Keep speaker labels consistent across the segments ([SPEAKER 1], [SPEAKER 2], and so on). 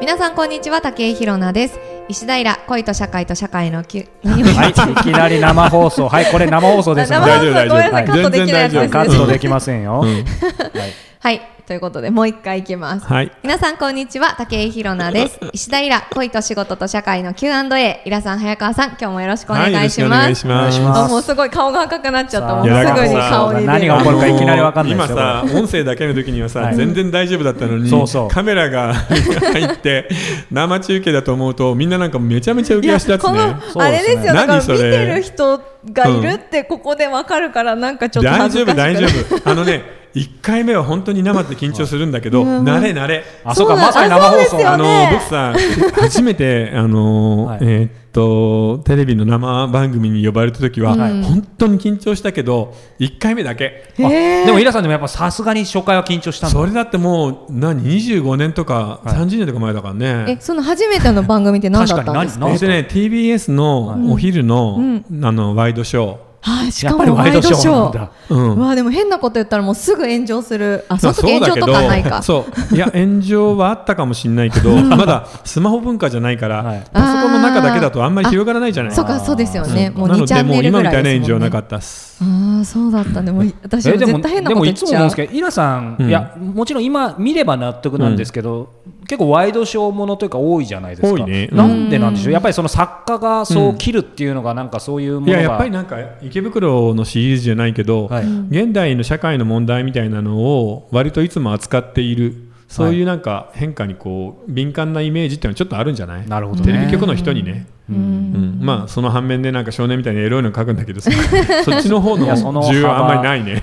[SPEAKER 1] 皆さんこんにちは竹井ひろなです石平恋と社会と社会の き
[SPEAKER 2] はい、いきなり生放送。はい、これ生放送ですの
[SPEAKER 1] 生
[SPEAKER 2] で。
[SPEAKER 1] 放
[SPEAKER 2] は
[SPEAKER 1] 送
[SPEAKER 2] い
[SPEAKER 3] 大丈夫
[SPEAKER 1] ごめんなさいカット
[SPEAKER 3] 大丈夫
[SPEAKER 1] できないやつです、
[SPEAKER 3] 全然大
[SPEAKER 2] カ
[SPEAKER 3] 丈
[SPEAKER 2] ットできませんよ。
[SPEAKER 3] うん
[SPEAKER 2] はい
[SPEAKER 1] はいということでもう一回いきます
[SPEAKER 3] はい。
[SPEAKER 1] 皆さんこんにちは武井ひろなです 石平恋と仕事と社会の Q&A イラさん早川さん今日もよろしくお願いし
[SPEAKER 3] はよ
[SPEAKER 1] ま
[SPEAKER 3] ろ
[SPEAKER 1] す,、
[SPEAKER 3] くお願
[SPEAKER 2] お願
[SPEAKER 3] いし
[SPEAKER 2] いしま
[SPEAKER 3] ます
[SPEAKER 1] あもうすごい顔が赤くなっちゃったもう
[SPEAKER 2] い
[SPEAKER 1] すぐ
[SPEAKER 3] やだから
[SPEAKER 1] に顔に出る
[SPEAKER 2] 何が起こるかいきなりわかんないで
[SPEAKER 3] 今
[SPEAKER 2] すよ
[SPEAKER 3] さ、音声だけの時にはさ、
[SPEAKER 2] はい
[SPEAKER 3] 全然大丈夫だったのに、
[SPEAKER 2] そうそう
[SPEAKER 3] カメラが入 って、生中継だと思うと、みんななんかめちゃめちゃ浮
[SPEAKER 1] い
[SPEAKER 3] き
[SPEAKER 1] や
[SPEAKER 3] 足立つ
[SPEAKER 1] こ
[SPEAKER 3] ね。
[SPEAKER 1] のあれですよだから
[SPEAKER 3] 何
[SPEAKER 1] 見
[SPEAKER 3] それ
[SPEAKER 1] てる人がいるってここでわかるからなんかちょっと
[SPEAKER 3] 大
[SPEAKER 1] 恥
[SPEAKER 3] 丈
[SPEAKER 1] ずかし
[SPEAKER 3] 夫、
[SPEAKER 1] くな
[SPEAKER 3] 大
[SPEAKER 1] い
[SPEAKER 3] 丈夫。あのね、1 回目は本当に生って緊張するんだけど、慣れ慣れ。
[SPEAKER 2] あ、そう
[SPEAKER 1] そ
[SPEAKER 2] か、
[SPEAKER 1] うなん
[SPEAKER 2] まさに生放
[SPEAKER 1] あそうです
[SPEAKER 2] 送。
[SPEAKER 1] よ
[SPEAKER 3] あ
[SPEAKER 2] あ
[SPEAKER 3] の
[SPEAKER 2] の
[SPEAKER 1] ね
[SPEAKER 3] 僕さ、初めて、あの
[SPEAKER 2] はい
[SPEAKER 3] えーっと、テレビの生番組に呼ばれた時は、
[SPEAKER 2] はい
[SPEAKER 3] 本当に緊張したけど、1回目だけ。
[SPEAKER 2] あ
[SPEAKER 1] へー
[SPEAKER 2] でも、イラさんでもやっぱさすがに初回は緊張したんだ。
[SPEAKER 3] それだってもう、何、25年とか
[SPEAKER 2] はい
[SPEAKER 3] 30年とか前だから
[SPEAKER 1] え
[SPEAKER 3] ね。
[SPEAKER 1] その初めての番組って何だったんです
[SPEAKER 2] 確かに何
[SPEAKER 1] か
[SPEAKER 2] 何
[SPEAKER 3] えっとね、TBS のお昼の,、あのワイドショー。
[SPEAKER 1] はい、し
[SPEAKER 2] や
[SPEAKER 1] か
[SPEAKER 2] っぱり
[SPEAKER 1] もワ
[SPEAKER 2] ワイ
[SPEAKER 1] イド
[SPEAKER 2] ドシ
[SPEAKER 1] シ
[SPEAKER 2] ョー
[SPEAKER 1] ョ
[SPEAKER 2] なん
[SPEAKER 1] ー
[SPEAKER 2] だ。
[SPEAKER 3] うん
[SPEAKER 1] わあでも変なこと言ったらもうすぐ炎上するあその時
[SPEAKER 3] まあ
[SPEAKER 1] 炎上とかないか
[SPEAKER 3] そうだけどそういや炎上はあったかもしれない けどまだスマホ文化じゃないから、
[SPEAKER 2] はい
[SPEAKER 3] パソコンの中だけだとあんまり広がらないじゃない
[SPEAKER 1] そうかそうですよね、
[SPEAKER 3] ん
[SPEAKER 1] もう
[SPEAKER 3] な
[SPEAKER 1] 2
[SPEAKER 3] の
[SPEAKER 1] チ
[SPEAKER 3] で
[SPEAKER 1] ャン
[SPEAKER 3] も
[SPEAKER 1] ネ
[SPEAKER 3] う
[SPEAKER 1] ル
[SPEAKER 3] 今
[SPEAKER 1] ぐ
[SPEAKER 3] み
[SPEAKER 1] らい
[SPEAKER 3] たいな
[SPEAKER 1] です
[SPEAKER 3] 炎上
[SPEAKER 1] もん
[SPEAKER 3] は
[SPEAKER 1] ね
[SPEAKER 3] なかったっす
[SPEAKER 1] ああそうだったねもう私
[SPEAKER 2] え
[SPEAKER 1] も
[SPEAKER 2] でも
[SPEAKER 1] 絶対変なこ
[SPEAKER 2] で
[SPEAKER 1] と
[SPEAKER 2] も
[SPEAKER 1] 言っ
[SPEAKER 2] いつも
[SPEAKER 1] ち
[SPEAKER 2] 思う
[SPEAKER 1] ゃ
[SPEAKER 2] ん
[SPEAKER 1] う
[SPEAKER 2] ですけど、イラさん、
[SPEAKER 3] うん
[SPEAKER 2] いやもちろん今見れば納得なんですけど、結構ワイドショーものというか多いじゃないですか。
[SPEAKER 3] 多いねうん
[SPEAKER 2] なんでなんでしょう。やっぱりその作家がそう切るっていうのがなんかそういうも
[SPEAKER 3] い
[SPEAKER 2] のが。
[SPEAKER 3] ややっぱりなんか池袋のシリーズじゃないけど、
[SPEAKER 2] はい
[SPEAKER 3] 現代の社会の問題みたいなのを割といつも扱っているそういうなんか変化にこう敏感なイメージっていうのはちょっとあるんじゃない
[SPEAKER 2] なるほど
[SPEAKER 3] テ
[SPEAKER 2] ね。
[SPEAKER 3] レビ局の人にね、
[SPEAKER 1] うん
[SPEAKER 3] うんまあその反面でなんか少年みたいにエロいの書くんだけ どさそっちの方の
[SPEAKER 2] いやその幅
[SPEAKER 3] 需要はあんまりないね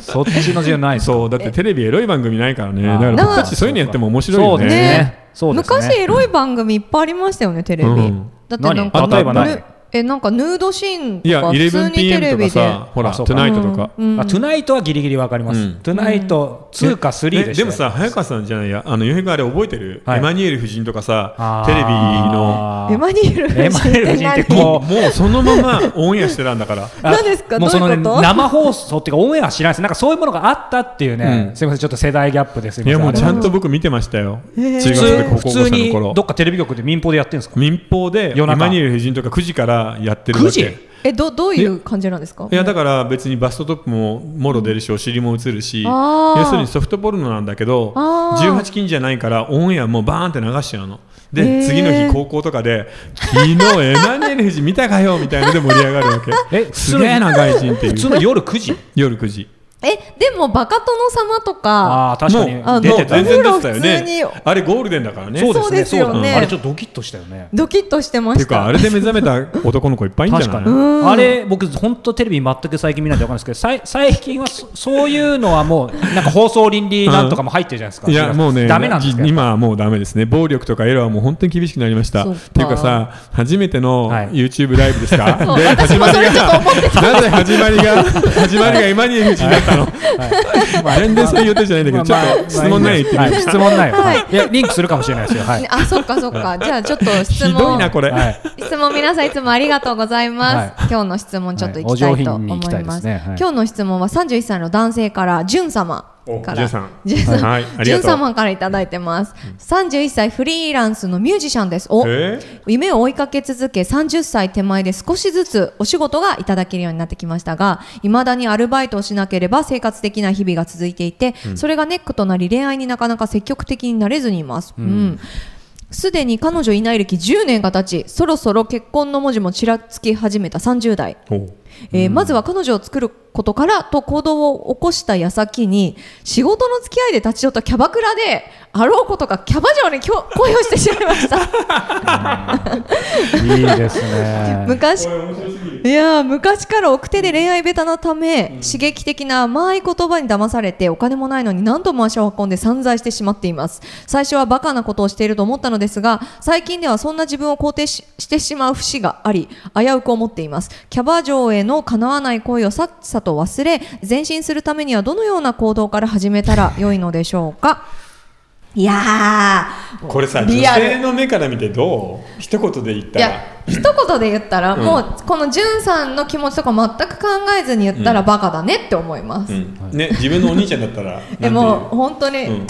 [SPEAKER 2] そっちのじゃないですか。
[SPEAKER 3] そうだってテレビエロい番組ないからね
[SPEAKER 2] あー
[SPEAKER 3] だから僕
[SPEAKER 1] だ
[SPEAKER 3] た
[SPEAKER 1] か
[SPEAKER 3] ちそういうのやっても面白いよ
[SPEAKER 2] そう
[SPEAKER 3] ね
[SPEAKER 2] です
[SPEAKER 1] ね
[SPEAKER 2] ね。そうですね
[SPEAKER 1] 昔エロい番組いっぱいありましたよねテレビ、
[SPEAKER 3] うん
[SPEAKER 1] だってなんか
[SPEAKER 2] 何例えば何
[SPEAKER 1] ぬえなんかヌードシーン
[SPEAKER 3] い
[SPEAKER 1] と
[SPEAKER 3] や
[SPEAKER 1] か普通にテ
[SPEAKER 3] 11pm
[SPEAKER 1] レ
[SPEAKER 3] と
[SPEAKER 1] ビで
[SPEAKER 3] かさほら
[SPEAKER 2] あそう
[SPEAKER 3] 「
[SPEAKER 2] か
[SPEAKER 3] トゥナイト」とか
[SPEAKER 1] うん
[SPEAKER 2] あトゥナイトはギリギリわかります、
[SPEAKER 3] うん
[SPEAKER 2] トゥナイト2か3でした
[SPEAKER 3] え
[SPEAKER 2] よ
[SPEAKER 3] でもさ早川さんじゃないやあの洋平君あれ覚えてる
[SPEAKER 2] はい
[SPEAKER 3] エマニュエル夫人とかさ
[SPEAKER 2] あー
[SPEAKER 3] テレビの
[SPEAKER 1] エマニュエル
[SPEAKER 2] エマニュエル夫人って
[SPEAKER 3] もう
[SPEAKER 2] こう
[SPEAKER 3] もうそのままオンエアしてたんだ から
[SPEAKER 2] あ
[SPEAKER 1] 何ですか
[SPEAKER 2] もうそのね
[SPEAKER 1] どういうこと
[SPEAKER 2] 生放送っていうかオンエアは知らないですなんかそういうものがあったっていうね、
[SPEAKER 3] うん
[SPEAKER 2] すみませんちょっと世代ギャップですい
[SPEAKER 3] い
[SPEAKER 2] ませ
[SPEAKER 3] やもうちゃ
[SPEAKER 2] あれ
[SPEAKER 3] んと僕見てましたよ中
[SPEAKER 1] へー
[SPEAKER 3] 学生
[SPEAKER 2] 普
[SPEAKER 3] 高校
[SPEAKER 2] 通普通
[SPEAKER 3] 生の
[SPEAKER 2] にど
[SPEAKER 3] 頃
[SPEAKER 2] っかテレビ局で民放でやってるんですか
[SPEAKER 3] 民放でエ
[SPEAKER 2] 夜中
[SPEAKER 3] マニュエル夫人とか9時からやってる
[SPEAKER 2] 9
[SPEAKER 3] わ
[SPEAKER 2] 時
[SPEAKER 3] け
[SPEAKER 1] えどどういう感じなんですか
[SPEAKER 3] いやだから別にバストトップももろ出るしお尻も映るし
[SPEAKER 1] あー
[SPEAKER 3] 要するにソフトボールのなんだけど
[SPEAKER 1] あー
[SPEAKER 3] 18禁じゃないからオンエアもうバーンって流しちゃうの
[SPEAKER 1] へ
[SPEAKER 3] で
[SPEAKER 1] ー
[SPEAKER 3] 次の日高校とかで昨日エマニュエル夫人見たかよみたいなので盛り上がるわけ
[SPEAKER 2] え
[SPEAKER 3] すげえな外人ってい
[SPEAKER 2] 普通
[SPEAKER 3] う
[SPEAKER 2] の夜9時
[SPEAKER 3] 夜9時
[SPEAKER 1] えでもバカ殿様とか
[SPEAKER 2] ああ確かに
[SPEAKER 3] も
[SPEAKER 1] あの
[SPEAKER 3] う
[SPEAKER 2] 出
[SPEAKER 3] もう
[SPEAKER 2] てた
[SPEAKER 3] 全然
[SPEAKER 2] ね
[SPEAKER 3] 出てたよ
[SPEAKER 1] お風呂普通に
[SPEAKER 3] ねあれゴールデンだからね
[SPEAKER 2] そうですね
[SPEAKER 1] そうですよね
[SPEAKER 2] だあれちょっとドキッとしたよね
[SPEAKER 1] ドキッとしてま
[SPEAKER 3] てい
[SPEAKER 1] し
[SPEAKER 3] うか
[SPEAKER 1] た
[SPEAKER 3] あれで目覚めた男の子いっぱいいんじゃ
[SPEAKER 2] 確
[SPEAKER 3] な
[SPEAKER 2] か
[SPEAKER 3] い
[SPEAKER 2] にあれ僕本当テレビ全く最近見ないんでわかんないですけどさい 最近はそそういうのはもうなんか放送倫理なんとかも入ってるじゃないですか、
[SPEAKER 3] いやもうね
[SPEAKER 2] ダメなんですけ
[SPEAKER 3] じ
[SPEAKER 2] ど
[SPEAKER 3] 今はもうダメですね暴力とかエロはもう本当に厳しくなりました
[SPEAKER 1] そっ
[SPEAKER 3] っ
[SPEAKER 1] か
[SPEAKER 3] ていうかさ初めての
[SPEAKER 2] はい
[SPEAKER 3] YouTube ライブですか、
[SPEAKER 1] そう
[SPEAKER 3] で
[SPEAKER 1] 私もそれちょっと思って
[SPEAKER 3] なぜ始まりが始まりがエマニュエル夫人だったの全然そういう予定じゃないんだけど、
[SPEAKER 2] まあ
[SPEAKER 3] ちょっと質問内容言ってみ
[SPEAKER 2] まあ
[SPEAKER 3] る、
[SPEAKER 2] はい質問ないよ、
[SPEAKER 1] は
[SPEAKER 2] はいい、いやリンクするかもしれないですよ、はい
[SPEAKER 1] あ、そっかそっか。じゃあちょっと質
[SPEAKER 3] ひどい
[SPEAKER 1] 問。
[SPEAKER 3] な これ、
[SPEAKER 2] はい
[SPEAKER 1] 質問皆さんいつもありがとうございます。今日の質問ちょっといきたいと思
[SPEAKER 2] はいお上品に行きた
[SPEAKER 1] い
[SPEAKER 2] いで
[SPEAKER 1] ます。
[SPEAKER 2] すねはい
[SPEAKER 1] 今日の質問は31歳の男性から、じゅん様から。
[SPEAKER 3] おジュンさん
[SPEAKER 1] ジュンさん
[SPEAKER 3] はいあり
[SPEAKER 1] ジュ
[SPEAKER 3] がとう
[SPEAKER 1] ン様からいただいてます。31歳フリーランスのミュージシャンです。お
[SPEAKER 3] え
[SPEAKER 1] 夢を追いかけ続け30歳手前で少しずつお仕事がいただけるようになってきましたが未だにアルバイトをしなければ生活できない日々が続いていて、それがネックとなり恋愛になかなか積極的になれずにいます。うんすでに彼女いない歴10年が経ちそろそろ結婚の文字もちらつき始めた30代、
[SPEAKER 3] お
[SPEAKER 1] えーまずは彼女を作ることからと行動を起こした矢先に仕事の付き合いで立ち寄ったキャバクラであろうことかキャバ嬢に今日恋をしてしまいました
[SPEAKER 2] いいですね
[SPEAKER 1] 昔いやー昔から奥手で恋愛ベタなため、刺激的な甘い言葉に騙されてお金もないのに何度も足を運んで散財してしまっています最初はバカなことをしていると思ったのですが最近ではそんな自分を肯定ししてしまう節があり危うく思っていますキャバ嬢への叶わない恋をさっさと忘れ前進するためにはどのような行動から始めたら良いのでしょうかいやー
[SPEAKER 3] これさ女
[SPEAKER 1] リアル
[SPEAKER 3] 性の目から見てどう一言で言
[SPEAKER 1] い
[SPEAKER 3] った
[SPEAKER 1] や
[SPEAKER 3] ら
[SPEAKER 1] 一言で言ったら、もうこのじゅんさんの気持ちとか全く考えずに言ったらバカだねって思います、
[SPEAKER 3] うんね、自分のお兄ちゃんだったらなんて
[SPEAKER 1] で
[SPEAKER 3] 言う
[SPEAKER 1] も本当に、
[SPEAKER 3] うん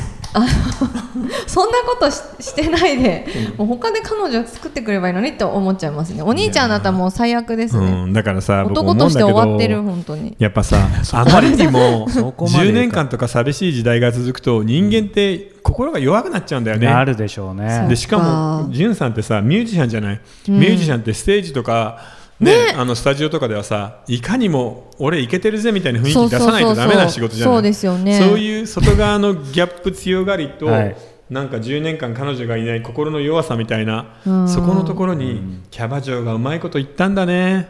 [SPEAKER 1] そんなことししてないで、もう他で彼女作ってくればいいのにって思っちゃいますねお兄ちゃんあなたもう最悪ですね、
[SPEAKER 3] うん、だからさ僕思
[SPEAKER 1] 男
[SPEAKER 3] うん
[SPEAKER 1] と
[SPEAKER 3] だ
[SPEAKER 1] し
[SPEAKER 3] け
[SPEAKER 1] て
[SPEAKER 3] ど
[SPEAKER 1] 終わってる本当に
[SPEAKER 3] やっぱ さ あまりにも
[SPEAKER 2] そこまでか
[SPEAKER 3] 10年間とか寂しい時代が続くと人間って心が弱くなっちゃうんだよね、
[SPEAKER 2] なるでしょうね。
[SPEAKER 3] でしか
[SPEAKER 1] そっか
[SPEAKER 3] もジュンさんってさミュージシャンじゃない、
[SPEAKER 1] うん
[SPEAKER 3] ミュージシャンってステージとかねあのスタジオとかではさいかにも俺イケてるぜみたいな雰囲気出さないとダメな仕事じゃない
[SPEAKER 1] そうですよね
[SPEAKER 3] そういう外側のギャップ強がり と、
[SPEAKER 2] はい
[SPEAKER 3] なんか10年間彼女がいない心の弱さみたいな、
[SPEAKER 1] うん
[SPEAKER 3] そこのところにキャバ嬢がうまいこと言ったんだね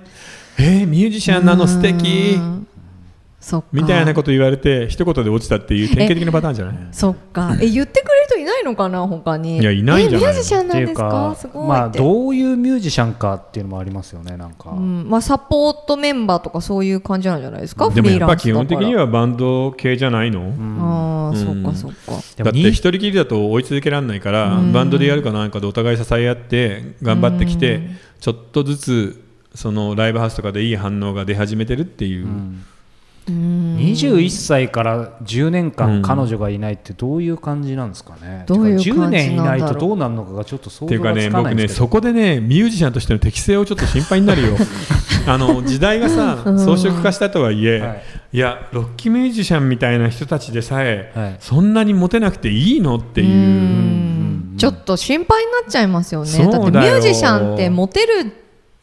[SPEAKER 3] えー、ミュージシャンなの素敵
[SPEAKER 1] うんそっか
[SPEAKER 3] みたいなこと言われて一言で落ちたっていう典型的なパターンじゃない
[SPEAKER 1] そっ かえ言ってくれる人いないのかな他に
[SPEAKER 3] いやいないんじゃない
[SPEAKER 1] えミュージシャン
[SPEAKER 2] っ
[SPEAKER 1] な
[SPEAKER 2] て
[SPEAKER 1] ん
[SPEAKER 2] い
[SPEAKER 1] で
[SPEAKER 2] う
[SPEAKER 1] すかすごいって、
[SPEAKER 2] まあどういうミュージシャンかっていうのもありますよねなんか、
[SPEAKER 1] うんまあ、サポートメンバーとかそういう感じなんじゃないですか
[SPEAKER 3] でも
[SPEAKER 1] フリー
[SPEAKER 3] やっ
[SPEAKER 1] ラ
[SPEAKER 3] ぱ
[SPEAKER 1] ンス
[SPEAKER 3] 基
[SPEAKER 1] だから
[SPEAKER 3] 本的にはバンド系じゃないの、
[SPEAKER 1] ああ、
[SPEAKER 3] うん
[SPEAKER 1] そっかそっか
[SPEAKER 2] で
[SPEAKER 3] だ
[SPEAKER 2] も
[SPEAKER 3] って
[SPEAKER 2] に
[SPEAKER 3] 一人きりだと追い続けられないから、
[SPEAKER 1] うん
[SPEAKER 3] バンドでやるかなんかでお互い支え合って頑張ってきて、
[SPEAKER 1] うん
[SPEAKER 3] ちょっとずつそのライブハウスとかでいい反応が出始めてるっていう、
[SPEAKER 2] う
[SPEAKER 1] う
[SPEAKER 2] ん
[SPEAKER 1] ん
[SPEAKER 2] 21歳から10年
[SPEAKER 3] うん
[SPEAKER 2] 間彼女がいないってどういう感じなんですかね、
[SPEAKER 1] どういう感じ
[SPEAKER 2] てか10年いない
[SPEAKER 1] なんだ
[SPEAKER 2] と
[SPEAKER 1] ろう
[SPEAKER 2] どうなるのかがちょっと想
[SPEAKER 3] ってい
[SPEAKER 2] 像
[SPEAKER 3] うか
[SPEAKER 2] がつ
[SPEAKER 3] ね
[SPEAKER 2] かない
[SPEAKER 3] 僕
[SPEAKER 2] んで
[SPEAKER 3] ね
[SPEAKER 2] すけど、
[SPEAKER 3] そこでねミュージシャンとしての適性をちょっと心配に なるよあの時代がさ
[SPEAKER 1] うん
[SPEAKER 3] 装飾化したとはいえ、
[SPEAKER 2] はい
[SPEAKER 3] い、やロッキーミュージシャンみたいな人たちでさえ、
[SPEAKER 2] はい
[SPEAKER 3] そんなにモテなくていいのっていう。
[SPEAKER 1] うんちょっと心配になっちゃいますよね
[SPEAKER 3] そうだよ
[SPEAKER 1] ってミュージシャンってモテる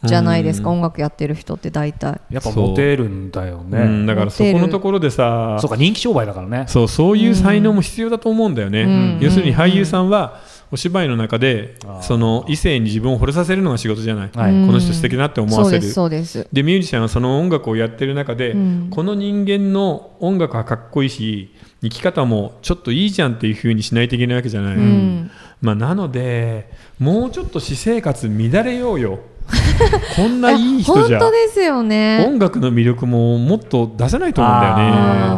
[SPEAKER 1] じゃないですか、
[SPEAKER 3] うん
[SPEAKER 1] 音楽やってる人って大体
[SPEAKER 2] やっぱモテるんだよ
[SPEAKER 3] う
[SPEAKER 2] ね
[SPEAKER 3] んだからそこのところでさ
[SPEAKER 2] そうか人気商売だからね
[SPEAKER 3] そうそういう才能も必要だと思うんだよね、
[SPEAKER 1] うん
[SPEAKER 3] 要するに俳優さんはお芝居の中で
[SPEAKER 2] ー
[SPEAKER 3] その異性に自分を惚れさせるのが仕事じゃない、
[SPEAKER 2] はい
[SPEAKER 1] うん
[SPEAKER 3] この人素敵だなって思わ
[SPEAKER 1] そう
[SPEAKER 3] せ
[SPEAKER 1] で
[SPEAKER 3] る
[SPEAKER 1] すそうです
[SPEAKER 3] でミュージシャンはその音楽をやってる中で、
[SPEAKER 1] うん
[SPEAKER 3] この人間の音楽はかっこいいし生き方もちょっといいじゃんっていう風にしないといけないわけじゃない、
[SPEAKER 1] うん
[SPEAKER 3] まあ、なのでもうちょっと私生活乱れよ うよこんないい人じゃ
[SPEAKER 1] や本当ですよね
[SPEAKER 3] 音楽の魅力ももっと出せないと思うんだよ
[SPEAKER 1] あ
[SPEAKER 2] あ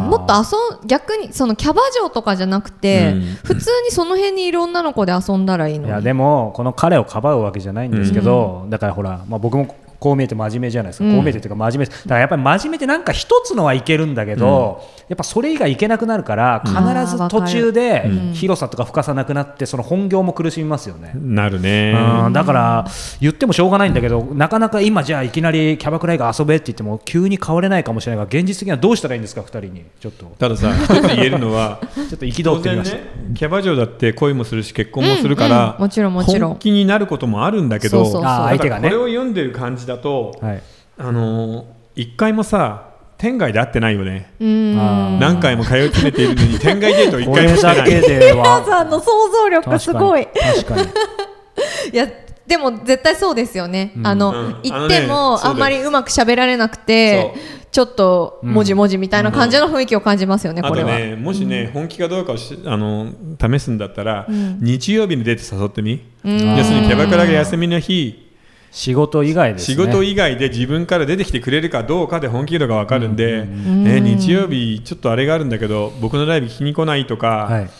[SPEAKER 1] ー
[SPEAKER 3] ね
[SPEAKER 2] ー
[SPEAKER 1] もっと遊ん逆にそのキャバ嬢とかじゃなくて、
[SPEAKER 3] うん
[SPEAKER 1] 普通にその辺にいる女の子で遊んだらいい
[SPEAKER 2] い
[SPEAKER 1] の
[SPEAKER 2] や
[SPEAKER 1] に
[SPEAKER 2] でもこの彼をかばうわけじゃないんですけど、だからほら、まあ、僕もこう見えて真面目じゃないですか、
[SPEAKER 1] うん
[SPEAKER 2] こう見えてというか真面目ですだからやっぱり真面目ってなんか一つのはいけるんだけど、やっぱそれ以外いけなくなるから必ず途中で
[SPEAKER 1] うん
[SPEAKER 2] 広さとか深さなくなってその本業も苦しみますよね。
[SPEAKER 3] なるね
[SPEAKER 2] うんだから言ってもしょうがないんだけどなかなか今じゃあいきなりキャバクラ以外遊べって言っても急に変われないかもしれないから現実的にはどうしたらいいんですか2人にちょっと
[SPEAKER 3] た ださ、一つ言えるのは、
[SPEAKER 2] ちょっと憤ってみました、
[SPEAKER 3] ね、キャバ嬢だって恋もするし結婚もするから、
[SPEAKER 1] うんうんもちろんもちろん
[SPEAKER 3] 本気になることもあるんだけ
[SPEAKER 1] そ
[SPEAKER 3] ど
[SPEAKER 1] うそうそう
[SPEAKER 2] あー
[SPEAKER 3] だ
[SPEAKER 2] 相
[SPEAKER 3] か
[SPEAKER 2] 手
[SPEAKER 3] ら
[SPEAKER 2] がね
[SPEAKER 3] これを読んでる感じだと、
[SPEAKER 2] はい、
[SPEAKER 3] あのー一回もさ天外で会ってないよね、
[SPEAKER 1] うん
[SPEAKER 2] あー
[SPEAKER 3] 何回も通い詰めているのに天外デートを 一
[SPEAKER 2] こ
[SPEAKER 3] 回も
[SPEAKER 2] れ
[SPEAKER 3] して
[SPEAKER 2] だ
[SPEAKER 3] な
[SPEAKER 2] け
[SPEAKER 3] い
[SPEAKER 2] で
[SPEAKER 1] 皆
[SPEAKER 2] は
[SPEAKER 1] さんの想像力すごい
[SPEAKER 2] 確かに確かに
[SPEAKER 1] いやでも絶対そうですよね、
[SPEAKER 2] うん
[SPEAKER 1] あの、
[SPEAKER 3] うん
[SPEAKER 1] 行って
[SPEAKER 3] あのねそうで
[SPEAKER 1] も
[SPEAKER 3] す
[SPEAKER 1] あんまりうまく喋られなくて
[SPEAKER 3] そ
[SPEAKER 1] ちょっともじもじみたいな感じの雰囲気を感じますよね、
[SPEAKER 3] あ
[SPEAKER 1] ことれは、
[SPEAKER 3] ねもしね、本気かどうかをしあの試すんだったら、
[SPEAKER 1] うん
[SPEAKER 3] 日曜日にデート誘ってみ、
[SPEAKER 1] うん
[SPEAKER 3] 要するにキャバクラが休みの日
[SPEAKER 2] 仕事以外ですね
[SPEAKER 3] 仕事以外で自分から出てきてくれるかどうかで本気度が分かるんで、
[SPEAKER 1] ん
[SPEAKER 3] え
[SPEAKER 1] うん
[SPEAKER 3] 日曜日ちょっとあれがあるんだけど僕のライブ聞きに来ないとか、
[SPEAKER 2] はい、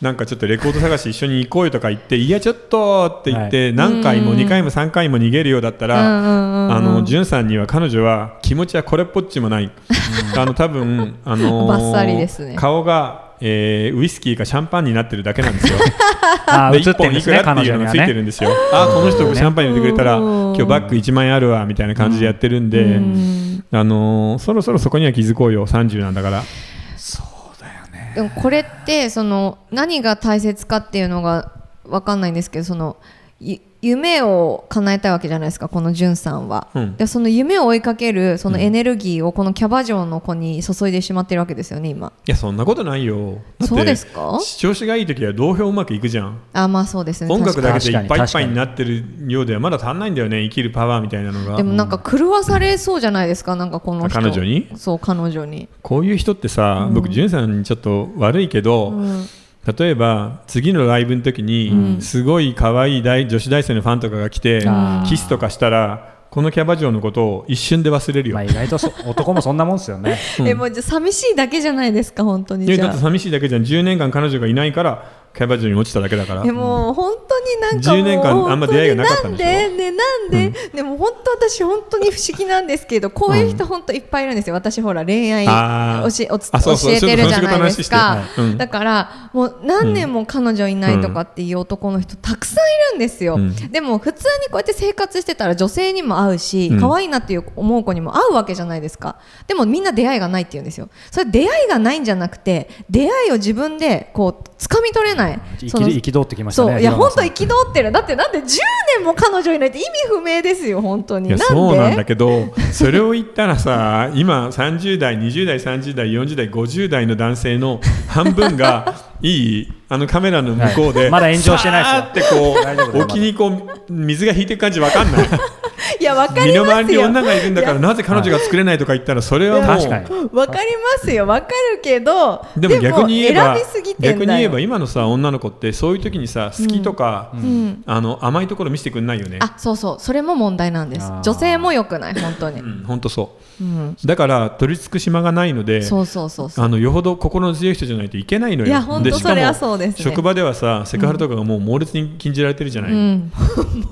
[SPEAKER 3] なんかちょっとレコード探し一緒に行こうよとか言っていやちょっとって言って、何回も
[SPEAKER 1] うん
[SPEAKER 3] 2回も3回も逃げるようだったら、あ
[SPEAKER 1] の
[SPEAKER 3] のジュンさんには彼女は気持ちはこれっぽっち もない、あの多分あのー
[SPEAKER 1] バッサリですね
[SPEAKER 3] 顔が、えーウイスキーかシャンパンになってるだけなんですよ。
[SPEAKER 2] あー
[SPEAKER 3] で
[SPEAKER 2] 映
[SPEAKER 3] 1
[SPEAKER 2] ってる
[SPEAKER 3] 本
[SPEAKER 2] んで
[SPEAKER 3] い
[SPEAKER 2] す
[SPEAKER 3] く
[SPEAKER 2] ね
[SPEAKER 3] らって
[SPEAKER 2] 彼
[SPEAKER 3] い
[SPEAKER 2] 女
[SPEAKER 3] う
[SPEAKER 2] に
[SPEAKER 3] のが
[SPEAKER 2] は
[SPEAKER 3] ついて
[SPEAKER 2] ね
[SPEAKER 3] るんですよ。あこの人シャンパン入れてくれたら
[SPEAKER 1] うん
[SPEAKER 3] 今日バッグ1万円あるわみたいな感じでやってるんで、あのーそろそろそこには気づこうよ30なんだから。
[SPEAKER 1] でもこれってその何が大切かっていうのが分かんないんですけどそのゆ夢を叶えたいわけじゃないですかこのじゅんさんは、
[SPEAKER 3] うん
[SPEAKER 1] でその夢を追いかけるそのエネルギーをこのキャバ嬢の子に注いでしまってるわけですよね今
[SPEAKER 3] いやそんなことないよ。だって
[SPEAKER 1] そうですか
[SPEAKER 3] 調子がいい時は同票うまくいくじゃん。
[SPEAKER 1] あまあそうですね
[SPEAKER 3] 音楽
[SPEAKER 1] 確か
[SPEAKER 3] だけでいっぱいいっ
[SPEAKER 2] 確
[SPEAKER 3] ぱ
[SPEAKER 2] かに
[SPEAKER 3] いになってるようではまだ足んないんだよね生きるパワーみたいなの
[SPEAKER 1] に
[SPEAKER 3] が
[SPEAKER 1] でもなんか狂わされそうじゃないですかなんかこの人
[SPEAKER 3] 彼女に
[SPEAKER 1] そう彼女に、
[SPEAKER 3] こういう人ってさ、僕ジュンさんにちょっと悪いけど、
[SPEAKER 1] うん
[SPEAKER 3] 例えば次のライブの時に、すごい可愛い大女子大生のファンとかが来て
[SPEAKER 2] あー
[SPEAKER 3] キスとかしたらこのキャバ嬢のことを一瞬で忘れるよ、
[SPEAKER 2] まあ意外とそ男もそんなもんですよね
[SPEAKER 1] えもうじゃあ寂しいだけじゃないですか本当に
[SPEAKER 3] いや
[SPEAKER 1] じ
[SPEAKER 3] だ
[SPEAKER 1] ゃ
[SPEAKER 3] って
[SPEAKER 1] あ
[SPEAKER 3] 寂しいだけじゃん10年間彼女がいないからキャバ嬢に落ちただけだから
[SPEAKER 1] えもう本当になんかもう
[SPEAKER 3] 10年間あんま出会いがなかったんでしょ
[SPEAKER 1] 本当になんでねなんで、でも本当私本当に不思議なんですけどこういう人本当いっぱいいるんですよ私ほら恋愛
[SPEAKER 3] あー
[SPEAKER 1] おしおつ
[SPEAKER 3] あそうそう
[SPEAKER 1] 教えてるじゃないですか、
[SPEAKER 3] そうそうそうその仕事の話してはいうん
[SPEAKER 1] だからもう何年も彼女いないとかっていう男の人たくさんいるんですよ、
[SPEAKER 3] うん
[SPEAKER 1] でも普通にこうやって生活してたら女性にも合うし、
[SPEAKER 3] うん
[SPEAKER 1] 可愛いなっていう思う子にも合うわけじゃないですかでもみんな出会いがないって言うんですよそれ出会いがないんじゃなくて出会いを自分でこう掴み取れないその
[SPEAKER 2] 憤ってきました
[SPEAKER 1] そ
[SPEAKER 2] ね
[SPEAKER 1] ういや
[SPEAKER 2] 岩間
[SPEAKER 1] 本
[SPEAKER 2] さ
[SPEAKER 1] 当
[SPEAKER 2] ん
[SPEAKER 1] 憤ってるだってなんで10年も彼女いないって意味不明ですよ本当に
[SPEAKER 3] いや
[SPEAKER 1] なんで
[SPEAKER 3] そうなんだけどそれを言ったらさ今30代20代30代40代50代の男性の半分 がいいあのカメラの向こう
[SPEAKER 2] は
[SPEAKER 3] で、
[SPEAKER 2] いまだ炎上してない
[SPEAKER 3] ですよ
[SPEAKER 2] 大丈夫
[SPEAKER 3] っ
[SPEAKER 2] だ
[SPEAKER 3] てこう
[SPEAKER 2] よ
[SPEAKER 3] 沖にこう水が引いてる感じわかんない
[SPEAKER 1] いやわか
[SPEAKER 3] 身
[SPEAKER 1] り
[SPEAKER 3] の
[SPEAKER 1] ま
[SPEAKER 3] 回り
[SPEAKER 1] す
[SPEAKER 3] に
[SPEAKER 1] よ
[SPEAKER 3] 女がいるんだからなぜ彼女が作れないとか言ったらそれはもう
[SPEAKER 2] 確かに
[SPEAKER 1] わかりますよわかるけど
[SPEAKER 3] でも逆に言えば
[SPEAKER 1] 選びすぎてんだよ
[SPEAKER 3] 逆に言えば今のさ女の子ってそういう時にさ好きとか、
[SPEAKER 1] うん
[SPEAKER 3] あの甘いところ見せてくんないよね。
[SPEAKER 1] あそうそうそれも問題なんです
[SPEAKER 2] あー
[SPEAKER 1] 女性も良くない本当に、
[SPEAKER 3] うん、本当そ
[SPEAKER 1] うん、
[SPEAKER 3] うだから取り付く島がないので
[SPEAKER 1] そうそうそうそう
[SPEAKER 3] あのよほど心の強い人じゃないといけないのよ。
[SPEAKER 1] いや本
[SPEAKER 3] で
[SPEAKER 1] 当
[SPEAKER 3] しかも
[SPEAKER 1] それはそうですね
[SPEAKER 3] 職場ではさセクハラとかがもう猛烈に禁じられてるじゃない。
[SPEAKER 1] うん、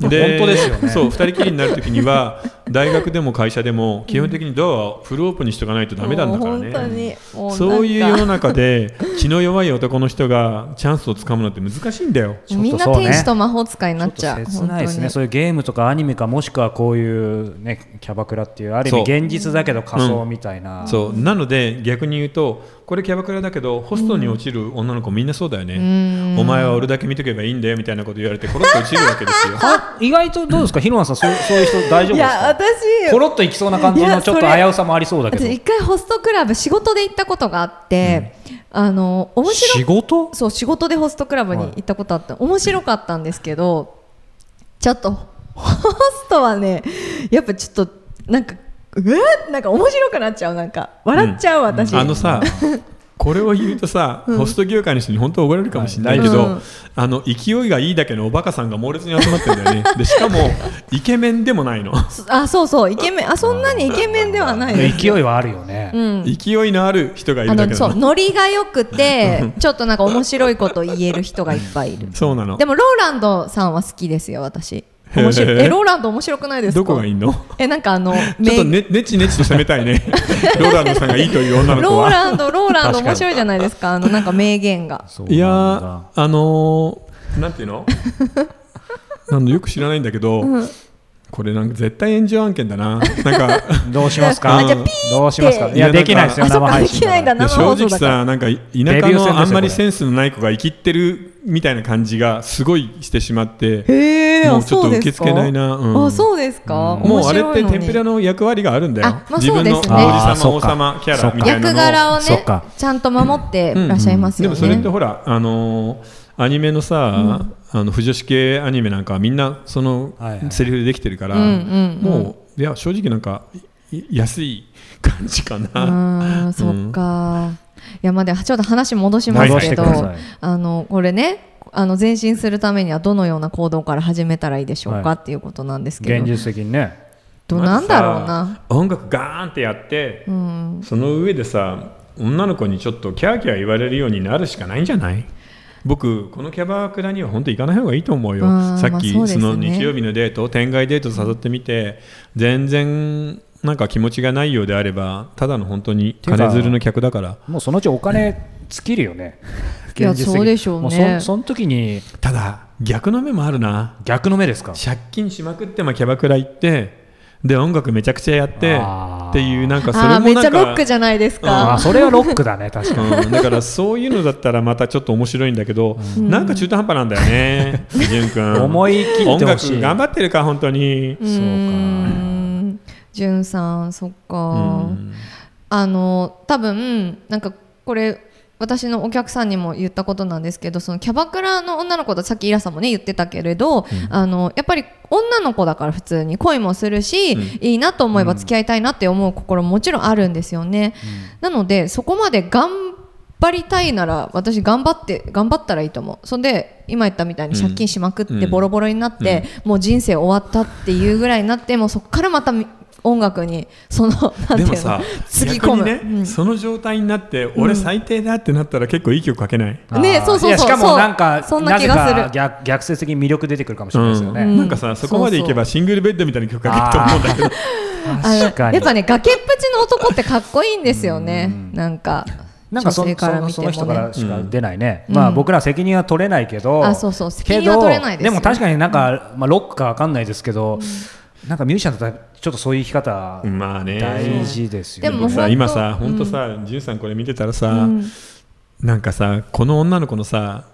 [SPEAKER 3] で
[SPEAKER 2] 本当ですよね
[SPEAKER 3] そう2人きりになるときには大学でも会社でも基本的にドアはフルオープンにしとかないとダメなんだから
[SPEAKER 1] もう本当
[SPEAKER 3] ね。
[SPEAKER 1] にもなんか
[SPEAKER 3] そういう世の中で 血の弱い男の人がチャンスをつかむのって難しいんだよ。
[SPEAKER 2] ちょっとそうね
[SPEAKER 1] みんな天使と魔法使いになっち
[SPEAKER 2] ちょ
[SPEAKER 1] ゃ
[SPEAKER 2] っ
[SPEAKER 1] う
[SPEAKER 2] と切ない
[SPEAKER 1] 本
[SPEAKER 2] です
[SPEAKER 1] 当
[SPEAKER 2] ね
[SPEAKER 1] に
[SPEAKER 2] そういうゲームとかアニメかもしくはこういうねキャバクラっていうある意
[SPEAKER 3] そう
[SPEAKER 2] 味現実だけど仮想みたいな、
[SPEAKER 3] そうなので逆に言うとこれキャバクラだけどホストに落ちる女の子みんなそうだよね、
[SPEAKER 1] うん
[SPEAKER 3] お前は俺だけ見とけばいいんだよみたいなこと言われてコロッと落ちるわけですよ
[SPEAKER 2] あ意外とどうですか、ひろなさん、そうそういう人大
[SPEAKER 1] い
[SPEAKER 2] 丈夫です
[SPEAKER 1] や
[SPEAKER 2] か。
[SPEAKER 1] 私
[SPEAKER 2] コロッといきそうな感じ
[SPEAKER 1] いや
[SPEAKER 2] のちょっと
[SPEAKER 1] それ
[SPEAKER 2] 危うさもありそうだけど
[SPEAKER 1] 私。一回ホストクラブ仕事で行ったことがあって、あの面白
[SPEAKER 2] 仕事。
[SPEAKER 1] そう仕事でホストクラブに行ったことあって、面白かったんですけどちょっとホストはねやっぱちょっとなんかうわなんか面白くなっちゃうなんか笑っちゃう、私、
[SPEAKER 3] あのさこれを言うとさ、ホスト業界の人に本当は怒られるかもしれないけ
[SPEAKER 1] う
[SPEAKER 3] ど、
[SPEAKER 1] ん
[SPEAKER 3] あの勢いがいいだけのおバカさんが猛烈に集まってる んだよねでしかもイケメンでもないの
[SPEAKER 1] あそうそうイケメンあそんなにイケメンではないです
[SPEAKER 2] 勢いはあるよね。
[SPEAKER 1] うん
[SPEAKER 3] 勢いのある人がい
[SPEAKER 1] あ
[SPEAKER 3] るだけ
[SPEAKER 1] の
[SPEAKER 3] なの
[SPEAKER 1] そうノリが良くてちょっとなんか面白いこと言える人がいっぱいいる
[SPEAKER 3] そうなの
[SPEAKER 1] でもローランドさんは好きですよ私
[SPEAKER 3] へー
[SPEAKER 1] 面白いえローランド面白くないですか
[SPEAKER 3] どこがいいの
[SPEAKER 1] えなんかあの
[SPEAKER 3] ちょっと
[SPEAKER 1] め
[SPEAKER 3] ねねちねちと攻めた いねローランドさんがいいという女の子
[SPEAKER 1] ロー
[SPEAKER 3] は
[SPEAKER 1] ランドローランド
[SPEAKER 2] 確かに
[SPEAKER 1] 面白いじゃないですかあのなんか名言が
[SPEAKER 2] そうなんだ
[SPEAKER 3] いやーあのー、なんていうのあのよく知らないんだけど、これなんか絶対炎上案件 だななんか
[SPEAKER 2] どうしますか。
[SPEAKER 3] あじゃあピー
[SPEAKER 2] どうしますか。
[SPEAKER 1] って
[SPEAKER 2] いや、できないですよ。
[SPEAKER 1] あそっ
[SPEAKER 2] 生
[SPEAKER 1] か
[SPEAKER 2] 配
[SPEAKER 1] で
[SPEAKER 2] 信
[SPEAKER 1] きないんだ
[SPEAKER 3] いや
[SPEAKER 1] 生
[SPEAKER 3] 正
[SPEAKER 1] 放送
[SPEAKER 3] 直
[SPEAKER 1] だから
[SPEAKER 3] さなんか田
[SPEAKER 2] デビュー戦
[SPEAKER 3] 舎
[SPEAKER 2] ですよ
[SPEAKER 3] のあんまり
[SPEAKER 2] これ
[SPEAKER 3] センスのない子が生きってるみたいな感じがすごいしてしまって
[SPEAKER 1] へえ
[SPEAKER 3] もうちょっと受け付けないなうん
[SPEAKER 1] あそうですか
[SPEAKER 3] もうあれっ
[SPEAKER 1] 面白い
[SPEAKER 3] て
[SPEAKER 1] のに
[SPEAKER 3] テンペラの役割があるんだよ、
[SPEAKER 1] あまあ
[SPEAKER 3] 自分の
[SPEAKER 1] そうで
[SPEAKER 3] 王子
[SPEAKER 1] すね
[SPEAKER 2] あーそっ
[SPEAKER 3] 様王
[SPEAKER 2] か
[SPEAKER 3] 様キャ
[SPEAKER 2] そっ
[SPEAKER 3] ラ
[SPEAKER 2] か
[SPEAKER 3] みたいな
[SPEAKER 1] 役
[SPEAKER 3] の
[SPEAKER 1] 柄を
[SPEAKER 2] そっ
[SPEAKER 1] ね
[SPEAKER 2] か
[SPEAKER 1] ちゃんと守って
[SPEAKER 3] うん
[SPEAKER 1] らっしゃいますよね
[SPEAKER 3] でもそれってほらあのーアニメのさ、あの腐女子系アニメなんかはみんなその
[SPEAKER 2] はいはい
[SPEAKER 3] セリフでできてるから、
[SPEAKER 1] うんうんうん
[SPEAKER 3] もういや正直なんかい安い感じかな、
[SPEAKER 1] あーそっか、いやまあでちょっと話戻します
[SPEAKER 2] 戻
[SPEAKER 1] け
[SPEAKER 2] してく
[SPEAKER 1] ど
[SPEAKER 2] ださい
[SPEAKER 1] あのこれねあの前進するためにはどのような行動から始めたらいいでしょうか、
[SPEAKER 2] はい
[SPEAKER 1] っていうことなんですけ
[SPEAKER 2] 現
[SPEAKER 1] ど
[SPEAKER 2] 実的にね。
[SPEAKER 1] どう
[SPEAKER 3] ま
[SPEAKER 1] な
[SPEAKER 3] ず
[SPEAKER 1] ん
[SPEAKER 3] さ
[SPEAKER 1] だろうな、
[SPEAKER 3] 音楽ガーンってやって、
[SPEAKER 1] うん、
[SPEAKER 3] その上でさ女の子にちょっとキャーキャー言われるようになるしかないんじゃない僕このキャバクラには本当行かない方がいいと思うよ
[SPEAKER 1] あー
[SPEAKER 3] さっき、
[SPEAKER 1] まあそうです
[SPEAKER 3] そ
[SPEAKER 1] ね
[SPEAKER 3] の日曜日のデート天外デート誘ってみて全然なんか気持ちがないようであればただの本当に金づるの客だから
[SPEAKER 2] もうそのうちお金尽きるよね。
[SPEAKER 1] いや
[SPEAKER 2] 現実的に
[SPEAKER 1] そうでしょうね
[SPEAKER 2] もそその時に
[SPEAKER 3] ただ逆の目もあるな
[SPEAKER 2] 逆の目ですか。
[SPEAKER 3] 借金しまくってもキャバクラ行ってで音楽めちゃくちゃやって
[SPEAKER 2] あー
[SPEAKER 3] っていうなんかそれ
[SPEAKER 1] あーめ
[SPEAKER 3] も
[SPEAKER 1] っ
[SPEAKER 3] な
[SPEAKER 1] ちゃ
[SPEAKER 3] ん
[SPEAKER 1] ロッ
[SPEAKER 3] か
[SPEAKER 1] クじゃないですか、
[SPEAKER 2] あ、それはロックだね。確かに。
[SPEAKER 3] うん、だからそういうのだったらまたちょっと面白いんだけど、なんか中途半端なんだよ ね、潤君。
[SPEAKER 2] 思い切って
[SPEAKER 3] 音
[SPEAKER 2] ほしい
[SPEAKER 3] 楽頑張ってるか、本当に。
[SPEAKER 1] うーんじゅんさんそっか、
[SPEAKER 3] うん
[SPEAKER 1] あの多分なんかこれ私のお客さんにも言ったことなんですけどそのキャバクラの女の子とさっきイラさんもね言ってたけれど、あのやっぱり女の子だから普通に恋もするし、いいなと思えば付き合いたいなって思う心ももちろんあるんですよね、なのでそこまで頑張りたいなら私頑張って頑張ったらいいと思うそんで今言ったみたいに借金しまくっ
[SPEAKER 3] う
[SPEAKER 1] て
[SPEAKER 3] ん
[SPEAKER 1] ボロボロになって、もう人生終わったっていうぐらいになってもうそこからまたみ音楽にそのなんて
[SPEAKER 3] で
[SPEAKER 1] いう
[SPEAKER 3] も
[SPEAKER 1] の
[SPEAKER 3] さ
[SPEAKER 1] つぎ
[SPEAKER 3] 逆
[SPEAKER 1] 込
[SPEAKER 3] に
[SPEAKER 1] む
[SPEAKER 3] ね、その状態になって俺最低だってなったら結構いい曲書けない、
[SPEAKER 1] うんね
[SPEAKER 2] あー
[SPEAKER 1] そうそうそう
[SPEAKER 2] やしか
[SPEAKER 1] そう
[SPEAKER 2] もなんか
[SPEAKER 1] そんな
[SPEAKER 2] な
[SPEAKER 1] 気
[SPEAKER 2] ぜ
[SPEAKER 1] がする
[SPEAKER 2] か逆逆説的に魅力出てくるかもしれないですよね、
[SPEAKER 1] うん
[SPEAKER 3] なんかさそこまでいけばシングルベッドみたいな曲書けると思うんだけ
[SPEAKER 1] あ
[SPEAKER 3] ど
[SPEAKER 1] の
[SPEAKER 2] 確かに
[SPEAKER 1] やっぱね崖っぷちの男ってかっこいいんですよねなんか
[SPEAKER 2] なんかそ
[SPEAKER 1] 女性から
[SPEAKER 2] そ
[SPEAKER 1] 見て
[SPEAKER 2] そ
[SPEAKER 1] も
[SPEAKER 2] の
[SPEAKER 1] ね
[SPEAKER 2] 人からしか出ないね、
[SPEAKER 1] うん
[SPEAKER 2] まあ
[SPEAKER 1] うん
[SPEAKER 2] 僕ら責任は取れないけど、
[SPEAKER 1] あそうそう責
[SPEAKER 2] け
[SPEAKER 1] 任は
[SPEAKER 2] ど
[SPEAKER 1] 取れないですよ
[SPEAKER 2] も確かになんか、まあ、ロックかわかんないですけど、なんかミュージシャンだったらちょっとそういう生き方、
[SPEAKER 3] まあね
[SPEAKER 2] 大事ですよね
[SPEAKER 1] でも
[SPEAKER 3] 僕
[SPEAKER 1] 本
[SPEAKER 3] さ
[SPEAKER 1] 当
[SPEAKER 3] 今さ
[SPEAKER 1] うん
[SPEAKER 3] 本当さ、じゅんさんこれ見てたらさ、
[SPEAKER 1] うん
[SPEAKER 3] なんかさこの女の子のさ